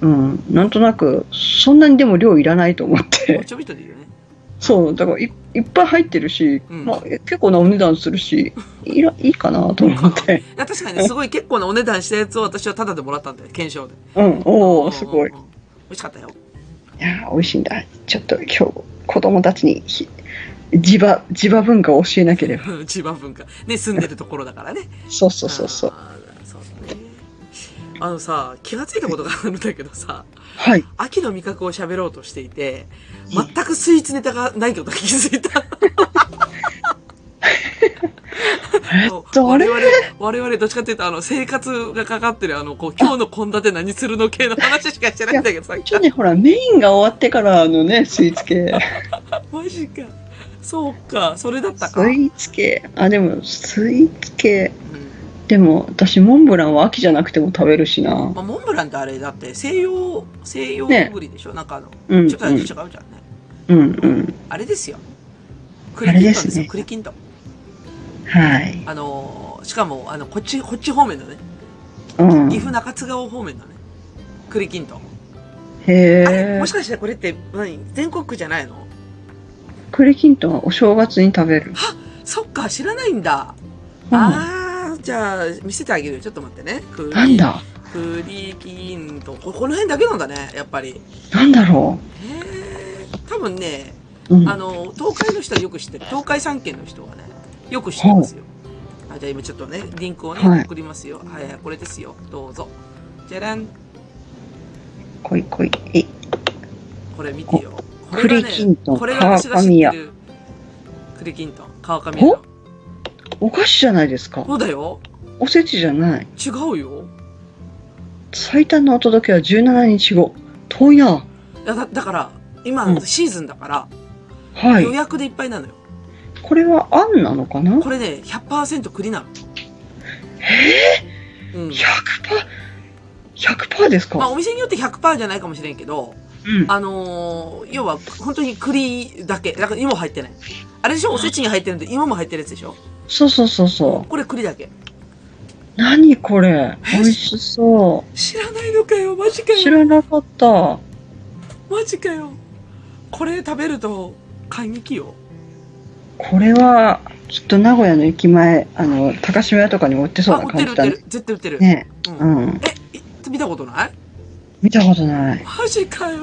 C: うん、なんとなく、そんなにでも量いらないと思っ
B: お
C: て、
B: ちょびっとでいいよね。
C: そう、だからいいっぱい入ってるし、
B: うん
C: まあ、え結構なお値段するし、いら、いいかなと思 って、
B: いや確かにね、すごい結構なお値段したやつを私はタダでもらったんだよ、検証で。
C: うん、おおすご
B: う
C: い。い
B: んうんうん美味しかったよ。
C: やー、美味しいんだ。ちょっと今日、子供たちにひ、地場、地場文化を教えなければ。
B: 千葉文化。ね、住んでるところだからね。
C: そうそうそうそう。
B: あー。そうだね。あのさ、気がついたことがあるんだけどさ、
C: はい。
B: 秋の味覚を喋ろうとしていて、全くスイーツネタがないことが気づいた。
C: えっと、あれ
B: 我々、我々どっちかっていうと、あの、生活がかかってる、あの、こう、今日の献立何するの系の話しかしてないんだけどさ、
C: ちょっとね、ほら、メインが終わってからのね、スイーツ系。
B: マジか。そうか、それだった
C: ス
B: か。
C: イーツ系。あ、でも、スイーツ系。
B: うん
C: でも、私、モンブランは秋じゃなくても食べるしな。
B: まあ、モンブランってあれだって西洋、西洋
C: ね
B: ぶりでしょ、なんかあの、
C: うん、うん
B: 違う、違う違うじゃんね。
C: うん、うん。
B: あれですよ。
C: あ
B: 栗き
C: れ
B: んとん
C: で
B: です
C: ね
B: すよ、栗きんとん。
C: はい。
B: あのー、しかも、あの、こっち、こっち方面のね、
C: うん。
B: 岐
C: へ
B: 阜中津川方面のね、栗きんとん。あれ、
C: え
B: もし。かしてこれって、何全国区じゃないの
C: 栗きんとんはお正月に食べる。
B: そっか、知らないんだ。
C: うん
B: あー、じゃあ、見せてあげるよ。ちょっと待ってね。栗
C: なんだ
B: 栗きんとん。ここの辺だけなんだね、やっぱり。
C: なんだろ
B: へー多分ね、
C: う。うん。
B: あの、東海の人はよく知ってる。東海三県の人はね、よく知ってますよ。あじゃあ今ちょっとね、リンクをね、
C: はい
B: 送りますよ。はいはい、これですよ。どうぞ。じゃらん。
C: こいこい。え、
B: これ見てよ。ここれが
C: 栗きん
B: ね、
C: とん
B: これが私が知って
C: 川
B: る。栗きんとん、川上屋。
C: お菓子じゃないですか
B: そうだよ。
C: おせちじゃない
B: 違うよ。
C: 最短のお届けは17日後遠いない
B: やだだから、
C: う
B: 今、
C: ん
B: シーズンだから、
C: は
B: 予
C: い
B: 約でいっぱいなのよ。
C: これはあんなのかな
B: これね、100%栗なの。えうん。
C: 100%100% 100%です
B: まあ、
C: か
B: お店によって100%じゃないかもしれんけど、
C: うん
B: あのー要は、本当に栗だけ。だから芋入ってない。あれでしょおせちに入ってるんで、芋も入ってるやつでしょ
C: そうそうそうそ
B: これ栗だけ。
C: う何これ美味しそ
B: 知らないのかよ、マジか
C: う知
B: よ。
C: らなかった
B: マジかよ。これ食べると、買いに来よ。
C: これはちょっと名古屋の駅前あの高島屋とかにも売ってそう
B: あ、
C: な
B: 売って
C: 感
B: る売
C: じ
B: ってる。絶対
C: だね
B: 売ってる。
C: ね
B: う、
C: うんん
B: え、い見たことない
C: 見たことない
B: マジかよ。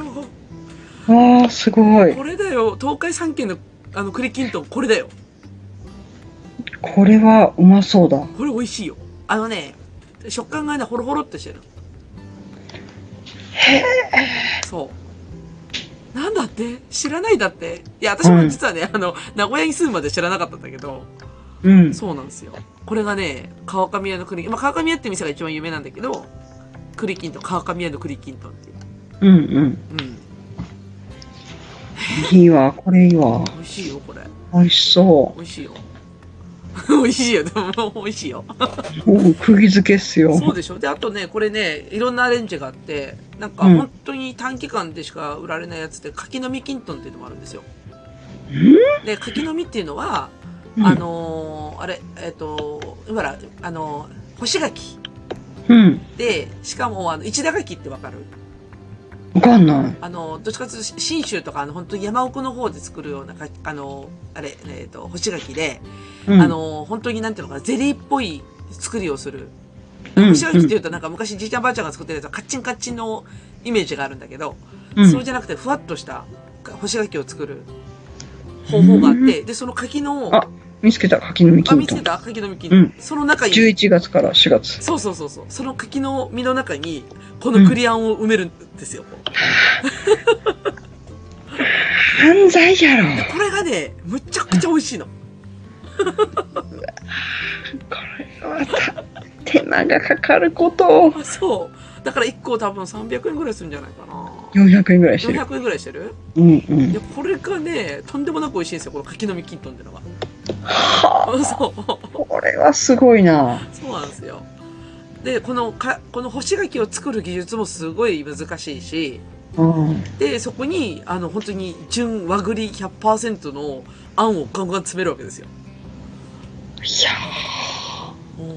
C: わあすごい
B: これだよ。東海三県の、あの、栗きんとん、これだよ。
C: これはうまそうだ
B: これ美味しいよ。あのね、食感がね、ホロホロってしてる。そう。なんだって知らないだっていや、私も実はね、あの、名古屋に住むまで知らなかったんだけど、
C: うん
B: そうなんですよ。これがね、川上屋の栗、まあ、川上屋って店が一番有名なんだけど、栗きんとん、川上屋の栗きんとんっていう。
C: うんうん
B: うん。
C: いいわ、これいいわ。
B: 美味しいよ、これ。
C: 美味しそ
B: 美味しいよ。 美味しいよ、でも美味しいよ。
C: う。うん、釘付けっすよ。
B: そうでしょ。で、あとね、これね、いろんなアレンジがあって、なんか
C: うん
B: 本当に短期間でしか売られないやつで、柿の実きんとんっていうのもあるんですよ。で、柿の実っていうのは、
C: うん
B: あのーあれ、えっ、と、ほら、あのー干し柿。
C: うん。
B: で、しかも、あの、一打柿ってわかる
C: わかんない。
B: あの、どっちかというと、信州とか、あの、本当に山奥の方で作るような柿、あの、あれ、えっ、と、干し柿で、
C: うん、
B: あ、の、本当になんていうのかな、ゼリーっぽい作りをする。
C: うん、
B: 串焼きっていうとなんか昔じいちゃんばあちゃんが作ってるやつはカッチンカッチンのイメージがあるんだけど、
C: うん、
B: そうじゃなくてふわっとした干し柿を作る方法があって、で、その柿の、
C: あ見つけた、柿の実
B: あ、
C: きん
B: 見つ
C: と
B: け
C: ん。
B: た柿の実き
C: うんん、
B: その中に、
C: 11月から4月。
B: そうそうそうそう、その柿の実の中に、この栗あんを埋めるんですよ。
C: 犯罪やろ。
B: これがね、むちゃくちゃ美味しいの。
C: これはた、手間がかかることを。
B: あそう。だから1個多分300円ぐらいするんじゃないかな。
C: 400円ぐらいしてる。
B: 400円ぐらいしてる
C: うんう
B: い
C: ん。
B: や、これがね、とんでもなく美味しいんですよ、この柿の実きんとんってのが。
C: はあ、
B: あそう。
C: これはすごいな。
B: そうなんですよ。で、このか、この干し柿を作る技術もすごい難しいし、
C: うん。
B: で、そこに、あの、本当に純和栗100%のあんをガンガン詰めるわけですよ。
C: いや
B: うん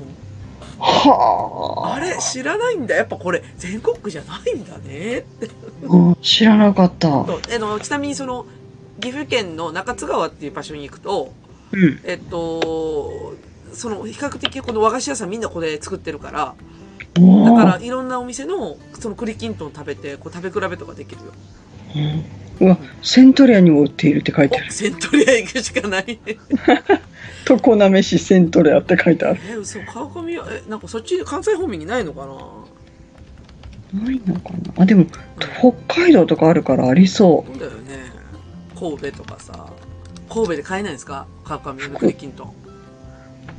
C: ーはあ
B: あれ、知らないんだ。やっぱこれ、全国区じゃないんだね。って。
C: うん。知らなかった。
B: とあの、ちなみにその、岐阜県の中津川っていう場所に行くと、
C: うん。
B: えっと、その、比較的この和菓子屋さんみんなこれ作ってるから、だ
C: お
B: から
C: ー
B: いろんなお店の、その栗きんとん食べて、こう食べ比べとかできるよ。
C: うんうわ、セントリアにも売っているって書いてある。
B: セントリア行くしかない。
C: 常滑市セントレアって書いてある。
B: え、嘘、川上は、え、なんかそっち、関西方面にないのかな
C: ないのかなあ、でも、北海道とかあるからありそ
B: そうだよね。神戸とかさ。神戸で買えないんですか川上の栗きんとん。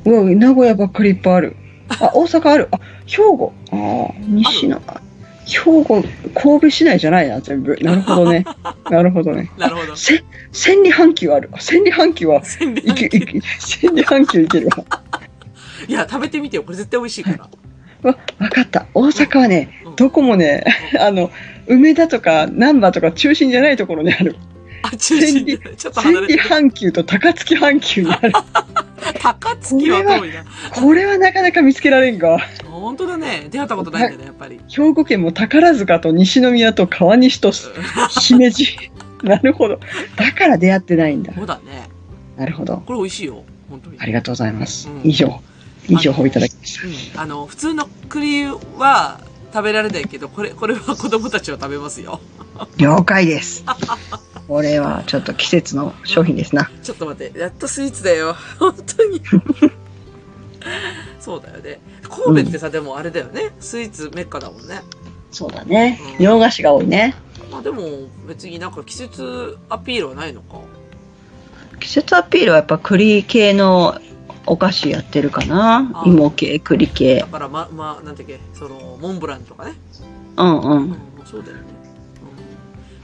C: う。うわ、名古屋ばっかりいっぱいある。 あ、大阪ある。あ、兵庫。ああ、西の。兵庫、神戸市内じゃないな、全部。なるほどね。 なるほどね。
B: なるほど。
C: せ、千里半球ある。あ千里半球は、
B: 千里
C: いけ、
B: 眼
C: いけ、千里半球いけるわ。
B: いや、食べてみてよ。これ絶対美味しいから。
C: うわ、わかった。大阪はね
B: うん、
C: どこもね、あの、梅田とか難波とか中心じゃないところにある。
B: あ、中心じゃないちょっと
C: 千
B: 離れて
C: 里
B: る。
C: 半球と高槻半球にある。
B: 高槻は遠いな。
C: これはなかなか見つけられんが。
B: 本当だね。出会ったことないんだよね、やっぱり。
C: 兵庫県も宝塚と西宮と川西と姫路。なるほど。だから出会ってないんだ。
B: そうだね。
C: なるほど。
B: これ美味しいよ。本当に。
C: ありがとうございます
B: うん。
C: 以上。いい情報いただきまし
B: うん。あの、普通の栗は食べられないけど、これ、これは子供たちは食べますよ。
C: た。了解です。これはちょっと季節の商品ですな。
B: ちょっと待って、やっとスイーツだよ。 本当に。そうだよね。神戸ってさ、でもあれだよね。スイーツメッカだもんね。
C: そうだね
B: うん
C: 洋菓子が多いね。
B: まあでも、別になんか季節アピールはないのか。
C: 季節アピールはやっぱ栗系のお菓子やってるかな
B: あ。
C: 芋系、栗系
B: だ。から、ま、まあ、なんだっけ、その、モンブランとかね。
C: うんう
B: うん
C: ん。、
B: そうだよね。うん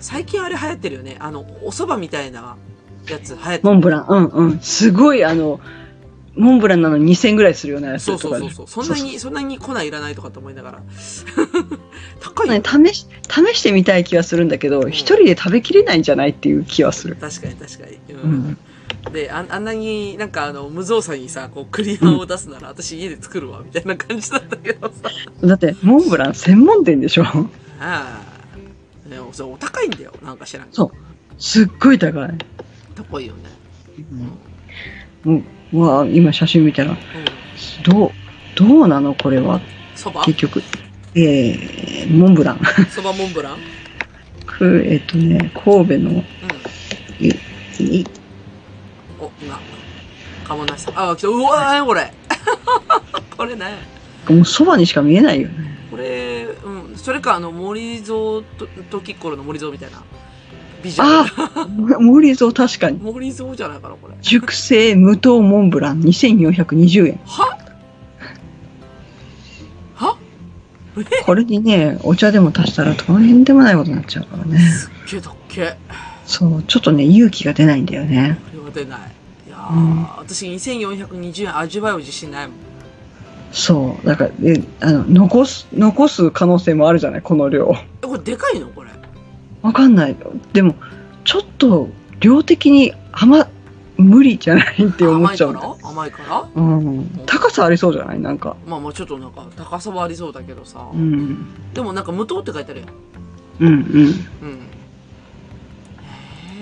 B: 最近あれ流行ってるよね。あの、お蕎麦みたいなやつ流行って
C: モ
B: る。
C: ンブラン、うんうん。すごいあの、モンブランなのに2000ぐらいするようなやつ
B: そ
C: と
B: う
C: か
B: そうそうそう。そんなに、そんなに粉いらないとかと思いながら。 高いよ、
C: ね試し、試してみたい気はするんだけど、
B: ん
C: 一人で食べきれないんじゃないっていう気はする。
B: 確かに確かに。
C: う
B: うん。
C: ん。
B: で、ああんなになんかあの、無造作にさ、こう、クリアを出すなら、私家で作るわ、みたいな感じだったけどさ。
C: だって、モンブラン専門店でしょ
B: ああ。でも、それお高いんだよ。なんか知らんけど。
C: そうすっごい高い。
B: 高いよね。
C: うん。うわあ今写真見たら、
B: うん。
C: どう、どうなのこれは、
B: 蕎麦
C: 結局。えー、モンブラン。
B: 蕎麦モンブランうん。
C: くえっとね、神戸の、い
B: お、今。かもなしさん。あ、来た。うわ、なにこれ。 これね。
C: もうそばにしか見えないよね。
B: これ、うん。それか、あの、森蔵と、時っころの森蔵みたいな。ビジュア
C: あ
B: ル。
C: あ森蔵確かに。
B: 森蔵じゃないかな、これ。
C: 熟成無糖モンブラン2420円。
B: はは
C: これにね、お茶でも足したら大変でもないことになっちゃうからね。
B: すっげえだっけ。
C: そう、ちょっとね、勇気が出ないんだよね。
B: これは出ない。いやー、
C: うん
B: 私2420円味わう自信ないもん。
C: そう、だから、えあの、残す、残す可能性もあるじゃない、この量。
B: え、これでかいのこれ。
C: わかんない。でも、ちょっと、量的に甘、無理じゃないって思
B: 甘
C: っ
B: い
C: ちゃ
B: か
C: うんだよ。
B: ら甘いから
C: うん。高さありそうじゃないなんか。
B: まあまあちょっとなんか高さはありそうだけどさ。
C: うん。
B: でもなんか無糖って書いてあるやん。
C: うんうん。
B: うん。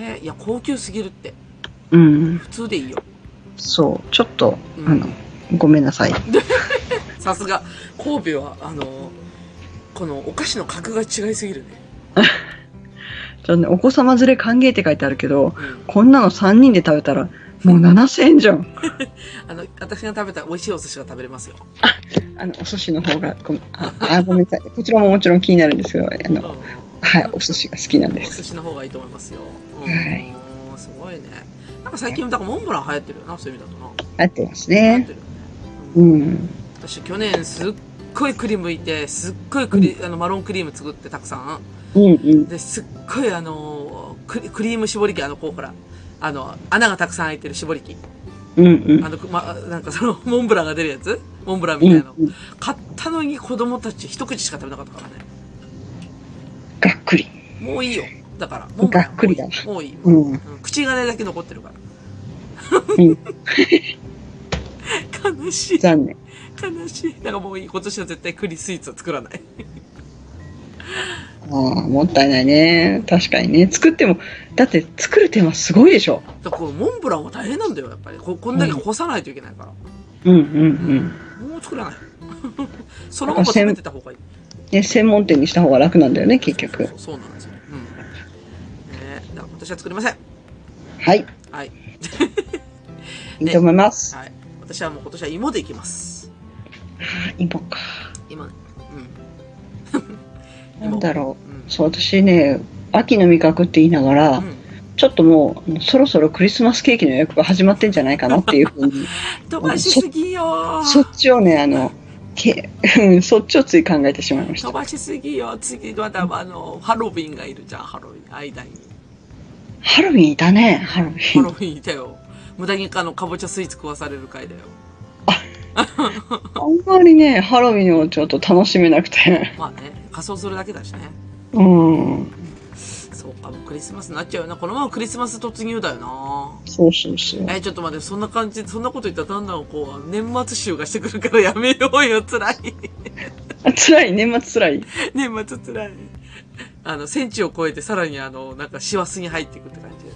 B: へえ、いや、高級すぎるって。
C: うん。
B: 普通でいいよ。
C: そう、ちょっと、
B: うん
C: あの、ごめんなさい。
B: さすが、神戸は、あの、このお菓子の格が違いすぎるね。
C: じゃあね、お子様連れ歓迎って書いてあるけど、
B: うん。
C: こんなの3人で食べたら、もう7000円じゃん。
B: あの、私が食べた美味しいお寿司が食べれますよ。
D: あの、お寿司の方が、ごめん、あ、あごめんなさい。こちらももちろん気になるんですけど、あ
B: うん
D: の、はい、お寿司が好きなんで
B: お
D: す。
B: 寿司の方がいいと思いますよ。うん、
D: はい
B: すごいね。なんか最近、だからモンブラン流行ってるよな、そういう意味だとな。
D: 合ってます
B: 流行っ
D: ね
B: て。るよね。
D: う
B: うん
D: ん。
B: 私、去年すっごい栗むいて、すっごい栗、あの、マロンクリーム作ってたくさ
D: うんうん
B: ん。。で、すっごいあのー、クリクリーム絞り器、あの、こうほら、あの、穴がたくさん開いてる絞り器。
D: うんうん。
B: あの、ま、なんかその、 モンブランが出るやつモンブランみ
D: う
B: た
D: んう
B: いなの。
D: ん。
B: 買ったのに子供たち一口しか食べなかったからね。
D: がっくり。
B: もういいよ。だから、モンブラン
D: がっくりだ
B: もういい。もういい
D: うん。
B: うん口金だけ残ってるから。
D: うん
B: 悲しい。
D: 残念。
B: 悲しい。だからもういい。今年は絶対栗スイーツは作らない。
D: ああ、もったいないね。確かにね。作っても、だって作る手間すごいでしょ。
B: だからこのモンブランは大変なんだよ、やっぱり。ここんだけ干さないといけないから。
D: うんうんうん。
B: もう作 らない。そのまま食べてた方がいい。
D: ね、専門店にした方が楽なんだよね、結局
B: そ。うそうそうそうなんですよ。うん。ねえだから私は作りません。
D: はい。
B: はい。
D: いいと思います。
B: はい。私はもう今年は芋でいきます。
D: あ芋か。
B: 今、うん。
D: なんだろ
B: う
D: う。そう、私ね、秋の味覚って言いながら、
B: ん。うん。
D: ちょっともう、そろそろクリスマスケーキの予約が始まってんじゃないかなっていうふう に、
B: 飛ばしすぎよー
D: そっちをね、あの、けうんそっちをつい考えてしまいまし
B: 飛
D: た。
B: ばしすぎよ。次、まだ、あの、ハロウィンがいるじゃん、ハロウィン。間に。
D: ハロウィンいたね、ハロウィ
B: ハ
D: ン
B: ロ。ウィンいたよ。無駄にあの、かぼちゃスイーツ食わされる回だよ。
D: あんまりね、ハロウィンをちょっと楽しめなくて。
B: まあね、仮装するだけだしね。
D: うん。
B: そうか、もうクリスマスになっちゃうよな。このままクリスマス突入だよな。
D: そうそうそう。
B: え、ちょっと待って、そんな感じ、そんなこと言ったらだんだんこう、年末集がしてくるから やめようよ、辛い。
D: あ辛い、年末辛い。
B: 年末辛い。あの、センチを超えてさらにあの、なんか、師走に入っていくって感じだよね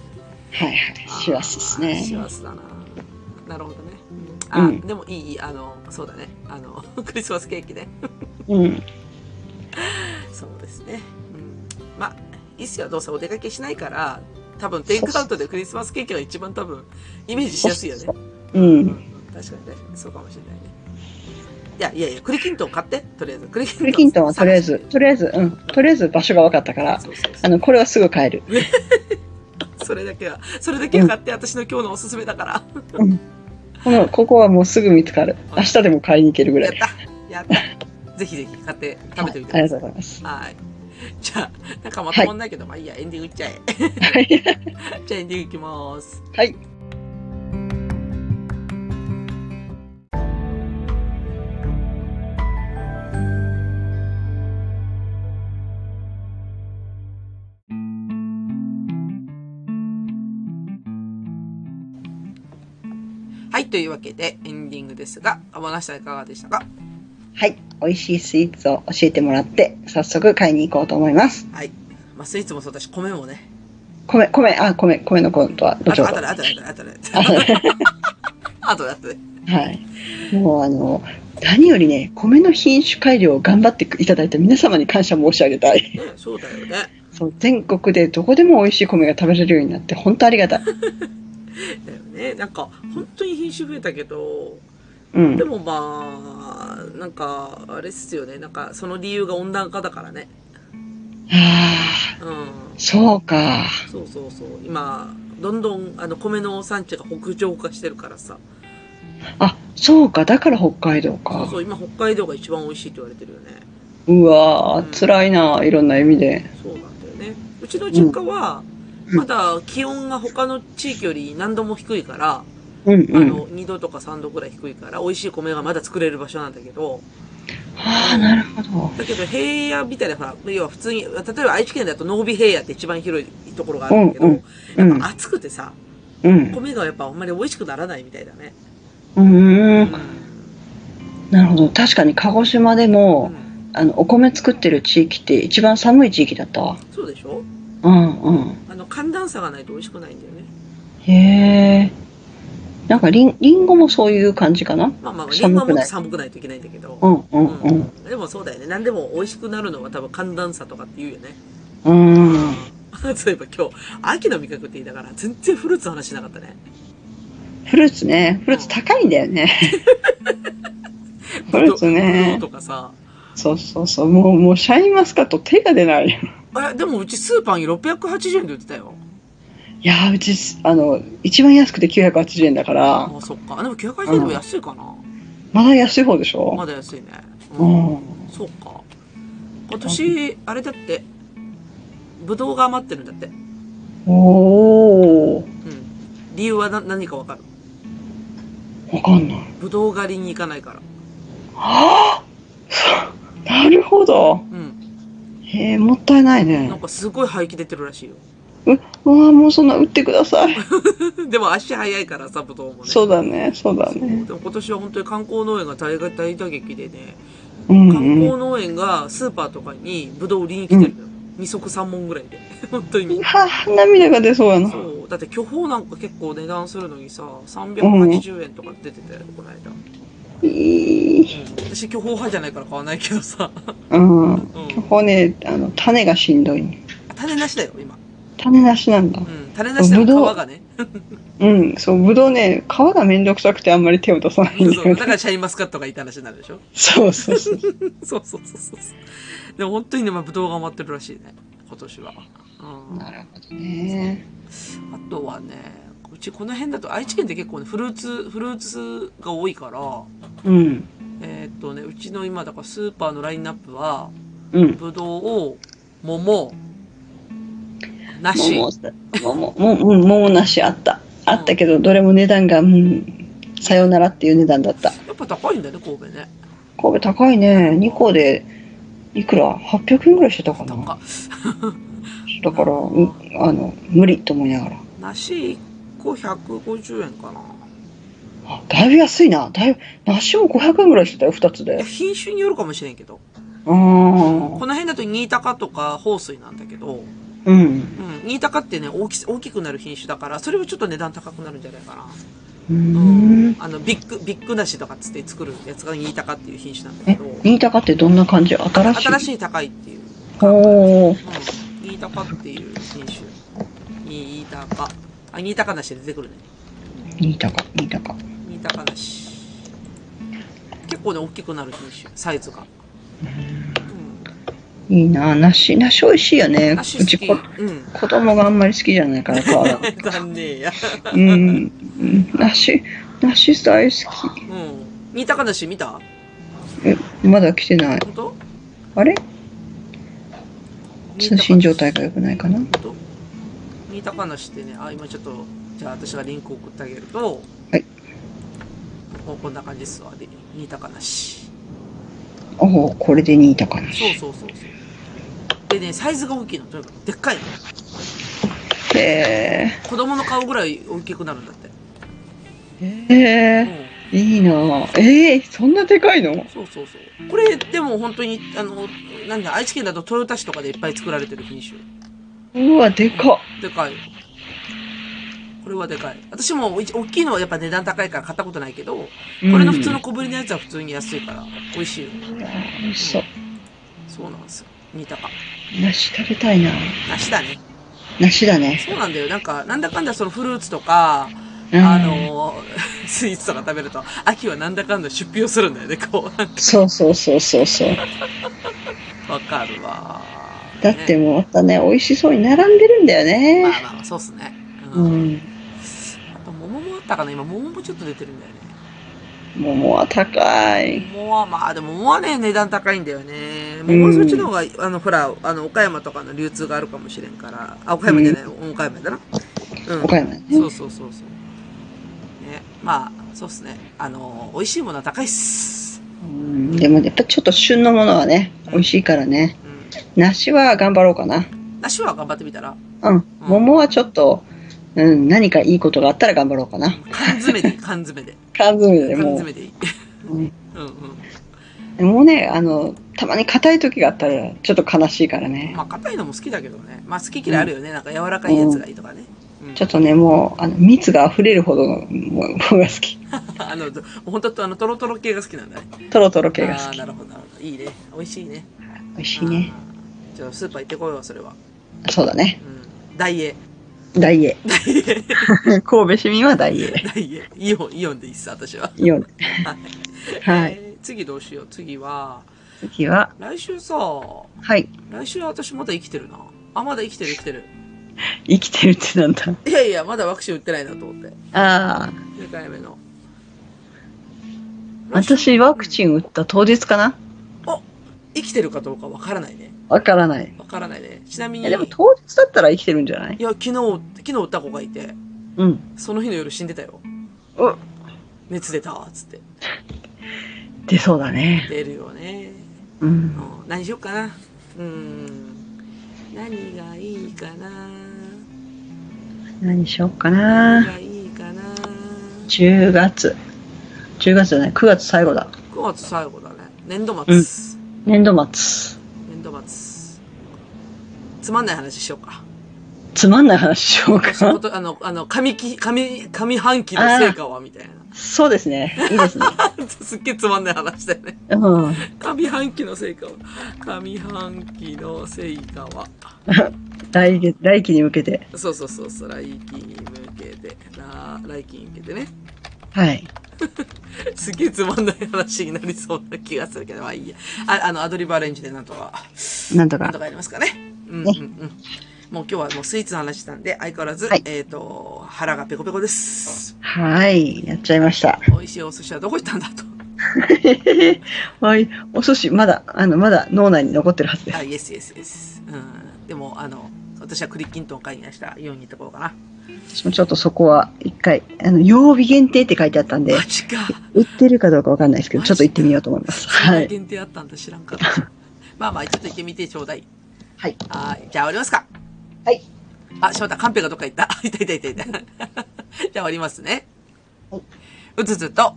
D: はいはい。師走ですね。
B: 幸せだな。なるほどね。あ、
D: うん
B: でもいい、あの、そうだね。あの、 クリスマスケーキね。
D: うん。
B: そうですね。うん、まあ、いいっすよ。どうせお出かけしないから、多分テイクアウトでクリスマスケーキが一番多分、イメージしやすいよね。
D: うん。
B: 確かにね。そうかもしれないね。いやいやいや、栗きんとん買って、とりあえず。栗きんとん。
C: 栗きんとんはとりあえず、とりあえず、うん。とりあえず場所が分かったから、
B: そうそうそ
C: あの、これはすぐ買える。
B: う。それだけは、それだけは買って、私の今日のおすすめだから。
C: この、ここはもうすぐ見つかる。明日でも買いに行けるぐら
B: やっ
C: い。
B: たやったぜひぜひ買って食べてみて
C: はい
B: ください。
C: ありがとうございます。
B: はい。じゃあ、なんかまともんないけど、まあいいや、エンディングいっちゃえ。
C: はい。
B: じゃあエンディングいきます。
C: はい。
B: はい、というわけでエンディングですが、天梨さんいかがでしたか
C: はい。美味しいスイーツを教えてもらって、早速買いに行こうと思います。
B: はい。まあスイーツもそうだし、米もね。
C: 米、米、あ、米、米のことは、
B: あ
C: 後
B: と、あと
C: ほど。
B: で、あとで、あとで、あとで。
C: は
B: あとで、あとで。
C: い。もうあの、何よりね、米の品種改良を頑張っていただいた皆様に感謝申し上げたい。
B: ね、そうだよね。
C: そう、全国でどこでも美味しい米が食べれるようになって、本当ありがたい。
B: だよね。なんか、本当に品種増えたけど、
C: うん
B: で。もまあ、なんか、あれっすよね。なんか、その理由が温暖化だからね。
C: あ
B: うん
C: あ、。そうか。
B: そうそうそう。今、どんどん、あの、米の産地が北上化してるからさ。
C: あ、そうか。だから北海道か。
B: そう
C: う
B: そう、今、北海道が一番美味しいって言われてるよね。
C: わー、辛いな。いろんな意味で。
B: そうなんだよね。うちの実家は、まだ気温が他の地域より何度も低いから、
C: うん
B: あ
C: うん。
B: の、2度とか3度くらい低いから、美味しい米がまだ作れる場所なんだけど、
C: ああ、なるほど。
B: だけど平野みたいな、ほら、要は普通に、例えば愛知県だと濃尾平野って一番広いところがあるんだけど、
C: うんうん。
B: 暑くてさ、
C: うん。
B: 米がやっぱあんまり美味しくならないみたいだね。
C: うー
B: うん
C: ん。。なるほど。確かに鹿児島で
B: う
C: も、
B: ん
C: あの、お米作ってる地域って一番寒い地域だったわ。
B: そうでしょ
C: うんうん。
B: あの、寒暖差がないと美味しくないんだよね。
C: へえ。なんかりん、りんごもそういう感じかな。
B: まあまあ、リン
C: 寒
B: ゴは
C: く
B: もっ
C: ない
B: と寒くないといけないんだけど。
C: うんうんう。
B: うんんでもそうだよね。何でも美味しくなるのは多分寒暖差とかって言うよね。
C: うん。
B: そういえば今日、秋の味覚って言いながら全然フルーツの話しなかったね。
C: フルーツね。フルーツ高いんだよ ね。フルーツね
B: ブドウとかさ。
C: そうそうそう。もう、もう、シャインマスカット手が出ないよ。
B: あれ、でもうちスーパーに680円で売ってたよ。
C: いやー、うち、あの、一番安くて980円だから、
B: あ、そっか。でも980円でも安いかな。
C: まだ安い方でしょ、
B: まだ安いね。
C: うん。
B: そうか。今年、あれだって、ぶどうが余ってるんだって。
C: お
B: う
C: ー、
B: ん。理由はな何かわかる。
C: わかんない。
B: ぶどう狩りに行かないから。
C: はあ なるほど。
B: うん。
C: へえ、もったいない
B: なん
C: ね。
B: かすごい廃棄出てるらしいよ。
C: うわーもうそんな売ってください。
B: でも足早いからさ、ぶどうもね。
C: そうだね、そうだね。
B: でも今年は本当に観光農園が大が大打撃でね、
C: うん
B: 観
C: うん。
B: 光農園がスーパーとかにブドウ売りに来てるのよ。二足三本ぐらいで。 本当に。
C: はあ、涙が出そうやな。
B: そう。だって巨峰なんか結構値段するのにさ、380円とか出てたよ、この間。
C: いい。
B: 私巨峰派じゃないから買わないけど さ。
C: うん。
B: うん。
C: 骨、あの、種がしんどい。
B: 種なしだよ、今。
C: 種なしなんだ
B: う。ん。種なしだ
C: ぶど
B: よ、
C: う
B: 皮がね。
C: うん、そう、ぶどうね、皮がめんどくさくてあんまり手を出さないんだ
B: そう。
C: よ
B: だか
C: ね。
B: らシャインマスカットがいた話になるでしょ。
C: そう そうそう。
B: そうそうそうそうそう。でも本当にね、まあ、ぶどうが余ってるらしいね、今年は。うん。
C: なるほどね。
B: あとはね、うちこの辺だと、愛知県って結構ね、フルーツ、フルーツが多いから、
C: うん。
B: えーっとね、うちの今、だからスーパーのラインナップは、
C: うん。
B: ぶどうを、桃、梨、
C: 桃、桃、桃、うん桃なしあった。あったけど、どれも値段が、うん、さよならっていう値段だった。
B: やっぱ高いんだよね、神戸ね。
C: 神戸高いね。2個で、いくら ?800 円ぐらいしてたかな。
B: なんか、
C: だから、うんあの、無理と思いながら。
B: 梨1個150円かな。
C: あだいぶ安いな。だいぶ、梨も500円ぐらいしてたよ、2つ
B: いや
C: で。
B: 品種によるかもしれんけど。
C: あー
B: この辺だと新高とか豊水なんだけど、
C: うん。
B: うん、新高ってね、大き、大きくなる品種だから、それはちょっと値段高くなるんじゃないかな。
C: う
B: う
C: ー
B: ん
C: ん。
B: あの、ビッグ、ビッグ梨とかっつって作るやつが新高っていう品種なんだけど、
C: 新高ってどんな感じ新しい
B: 新しい高いっていう。
C: おー。
B: うん。新高っていう品種。新高。あ、新高梨で出てくるね。
C: 新高、新高。
B: 新高梨。結結構ね、大きくなる品種、サイズが。うん
C: いいな梨、梨美味しいよね。う
B: 梨好
C: ち
B: き。
C: こ
B: うん。
C: 子供があんまり好きじゃないから、買わな
B: 残念や。
C: うんうん。梨、梨大好
B: うん。新高梨見た
C: き。まだ来てない。
B: 本当
C: あれ
B: 新
C: 通
B: 高梨
C: 信状態が良くないかな
B: 本当新高梨ってね、あ、今ちょっと、じゃあ私がリンク送ってあげると。
C: はい。
B: ここんな感じですわ。で、新高梨。
C: おお、これで似たかな。
B: そうそうそうそう。でね、サイズが大きいの。とにかく、でっかいの。
C: へ
B: 子供の顔ぐらい大きくなるんだって。
C: え。へえ。
B: うん。
C: いいなええそんなでかいの
B: そうそうそう。これ、でも本当に、あの、なんだ、愛知県だと豊田市とかでいっぱい作られてる品種。
C: うわ、でかっ。
B: でかい。これはでかい。私も、一大きいのはやっぱ値段高いから買ったことないけど、これの普通の小ぶりのやつは普通に安いから、美味しいよ。
C: うん。うわ美味しそう。
B: そうなんですよ。煮たか。
C: 梨食べたいな
B: 梨だね。
C: 梨だね。
B: そうなんだよ。なんか、なんだかんだそのフルーツとか、
C: うん
B: あ、の、 スイーツとか食べると、秋はなんだかんだ出費をするんだよね、こう。
C: そうそうそうそうそう。
B: わかるわ。
C: だって
B: ね、
C: もうまたね、美味しそうに並んでるんだよ
B: まあ
C: ね。
B: まあまあ、そうっすね。う。
C: うんん。
B: あと、桃もあったかな今、桃もちょっと出てるんだよね。
C: 桃は高い。
B: 桃はまあ、でも桃はね、値段高いんだよね。桃はそっちの方が、あの、ほら、あの、岡山とかの流通があるかもしれんから。あ、岡山じゃない、岡山だな。うん。
C: 岡山ね。
B: そうそうそうそう。ね。まあ、そうっすね。あの、美味しいものは高いっす。
C: うんでもやっぱちょっと旬のものはね、美味しいからね。
B: う
C: 梨は頑張ろうかな。
B: ん。梨は頑張ってみたら。
C: うん。桃はちょっと、うん、何かいいことがあったら頑張ろうかな。
B: 缶詰 でいい、缶詰で。
C: 缶詰で
B: 缶
C: も
B: 詰でいい。
C: う。うん
B: うんうん。
C: でもね、あの、たまに硬い時があったらちょっと悲しいからね
B: ま。あ、硬いのも好きだけどね。まあ、好き嫌いあるよね。なんか柔らかいやつがいいとかね。うん
C: ちょっとね、もう、あの、蜜が溢れるほどの、もう、僕が好き。
B: あの、ど本当とあの、トロトロ系が好きなんだね。
C: トロトロ系が
B: あ
C: 好
B: あ、
C: き。
B: な
C: 美
B: るほど、なるほど。いいね。美味しいね。
C: 味しいね。
B: あー。じゃあ、スーパー行ってこいよ、それは。
C: そうだね。
B: うん。ダイエー。
C: 大栄。
B: ダイエー。
C: 神戸市民は大栄。
B: ダイエー。イオン、イオンでいいっす、私は。
C: いいよね。はい。
B: えー次どうしよう。次は、
C: 次は、
B: 来週さ、
C: はい。
B: 来週は私まだ生きてるな。あ、まだ生きてる、生きてる。
C: 生きてるってなんだ。
B: いやいや、まだワクチン打ってないなと思って。
C: ああ。
B: 2回目の。
C: 私、ワクチ
B: ン。
C: ン打った当日かな
B: 生きてるかどうかわからないね。
C: わからない。
B: わからないね。ちなみに、
C: え、
B: い
C: で
B: や、
C: も当日だったら生きてるんじゃない
B: 昨日、昨日打った子がいて、
C: うん。
B: その日の夜死んでたよ。
C: お
B: 熱出た、つって。
C: 出そうだね。
B: 出るよね。
C: うん。
B: うん何しようかな。うん。何がいいかな。
C: 何しようか
B: 何
C: な。
B: がいいかな。
C: 10月。10月じゃない、9月最後だ。
B: 9月最後だね。年度
C: う
B: 末。
C: 年度末。
B: 年度末。つまんない話しようか。
C: つまんない話しよう
B: 仕
C: か。
B: 事、 あの、あの、上期、上、上半期の成果はみたいな。
C: そうですね。いいですね。
B: すっげえつまんない話だよね。
C: うん。
B: 上半期の成果は。上半期の成果は。
C: 来月、来期に向けて。
B: そうそうそうそう、来期に向けて、な来期に向けてね。
C: はい。
B: すげえつまんない話になりそうな気がするけど、まあいいや。ああの、アドリブアレンジでなんとか、
C: なんと
B: なん
C: か
B: と。かやりますかね。うんうんうん。もう今日はもうスイーツの話したんで、相変わらず、
C: はい
B: えっ、と、腹がペコペコです。
C: はい。やっちゃいました。
B: 美味しいお寿司はどこ行ったんだと。
C: はい。お寿司、まだ、あの、まだ脳内に残ってるはずです
B: あ、。イエスイエスイエス。うん。でも、あの、私はクリッキントン買いに明日、イオンに行ってこようかな。
C: 私もちょっとそこは一回、あの、曜日限定って書いてあったんで
B: マ、ジか。
C: 売ってるかどうかわかんないですけど、ちょっと行ってみようと思います。は。
B: はい限定あったんだ知らんかった。 まあまあ、ちょっと行ってみてちょうだい。
C: はい。
B: はい。じゃあ終わりますか。
C: はい。
B: あ、しまった。カンペがどっか行った。 いたいたいたいた。じゃあ終わりますね。うつつと、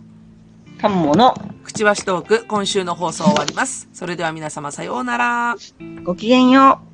C: かもの、
B: くちばしトーク、今週の放送終わります。それでは皆様さようなら。
C: ごきげんよう。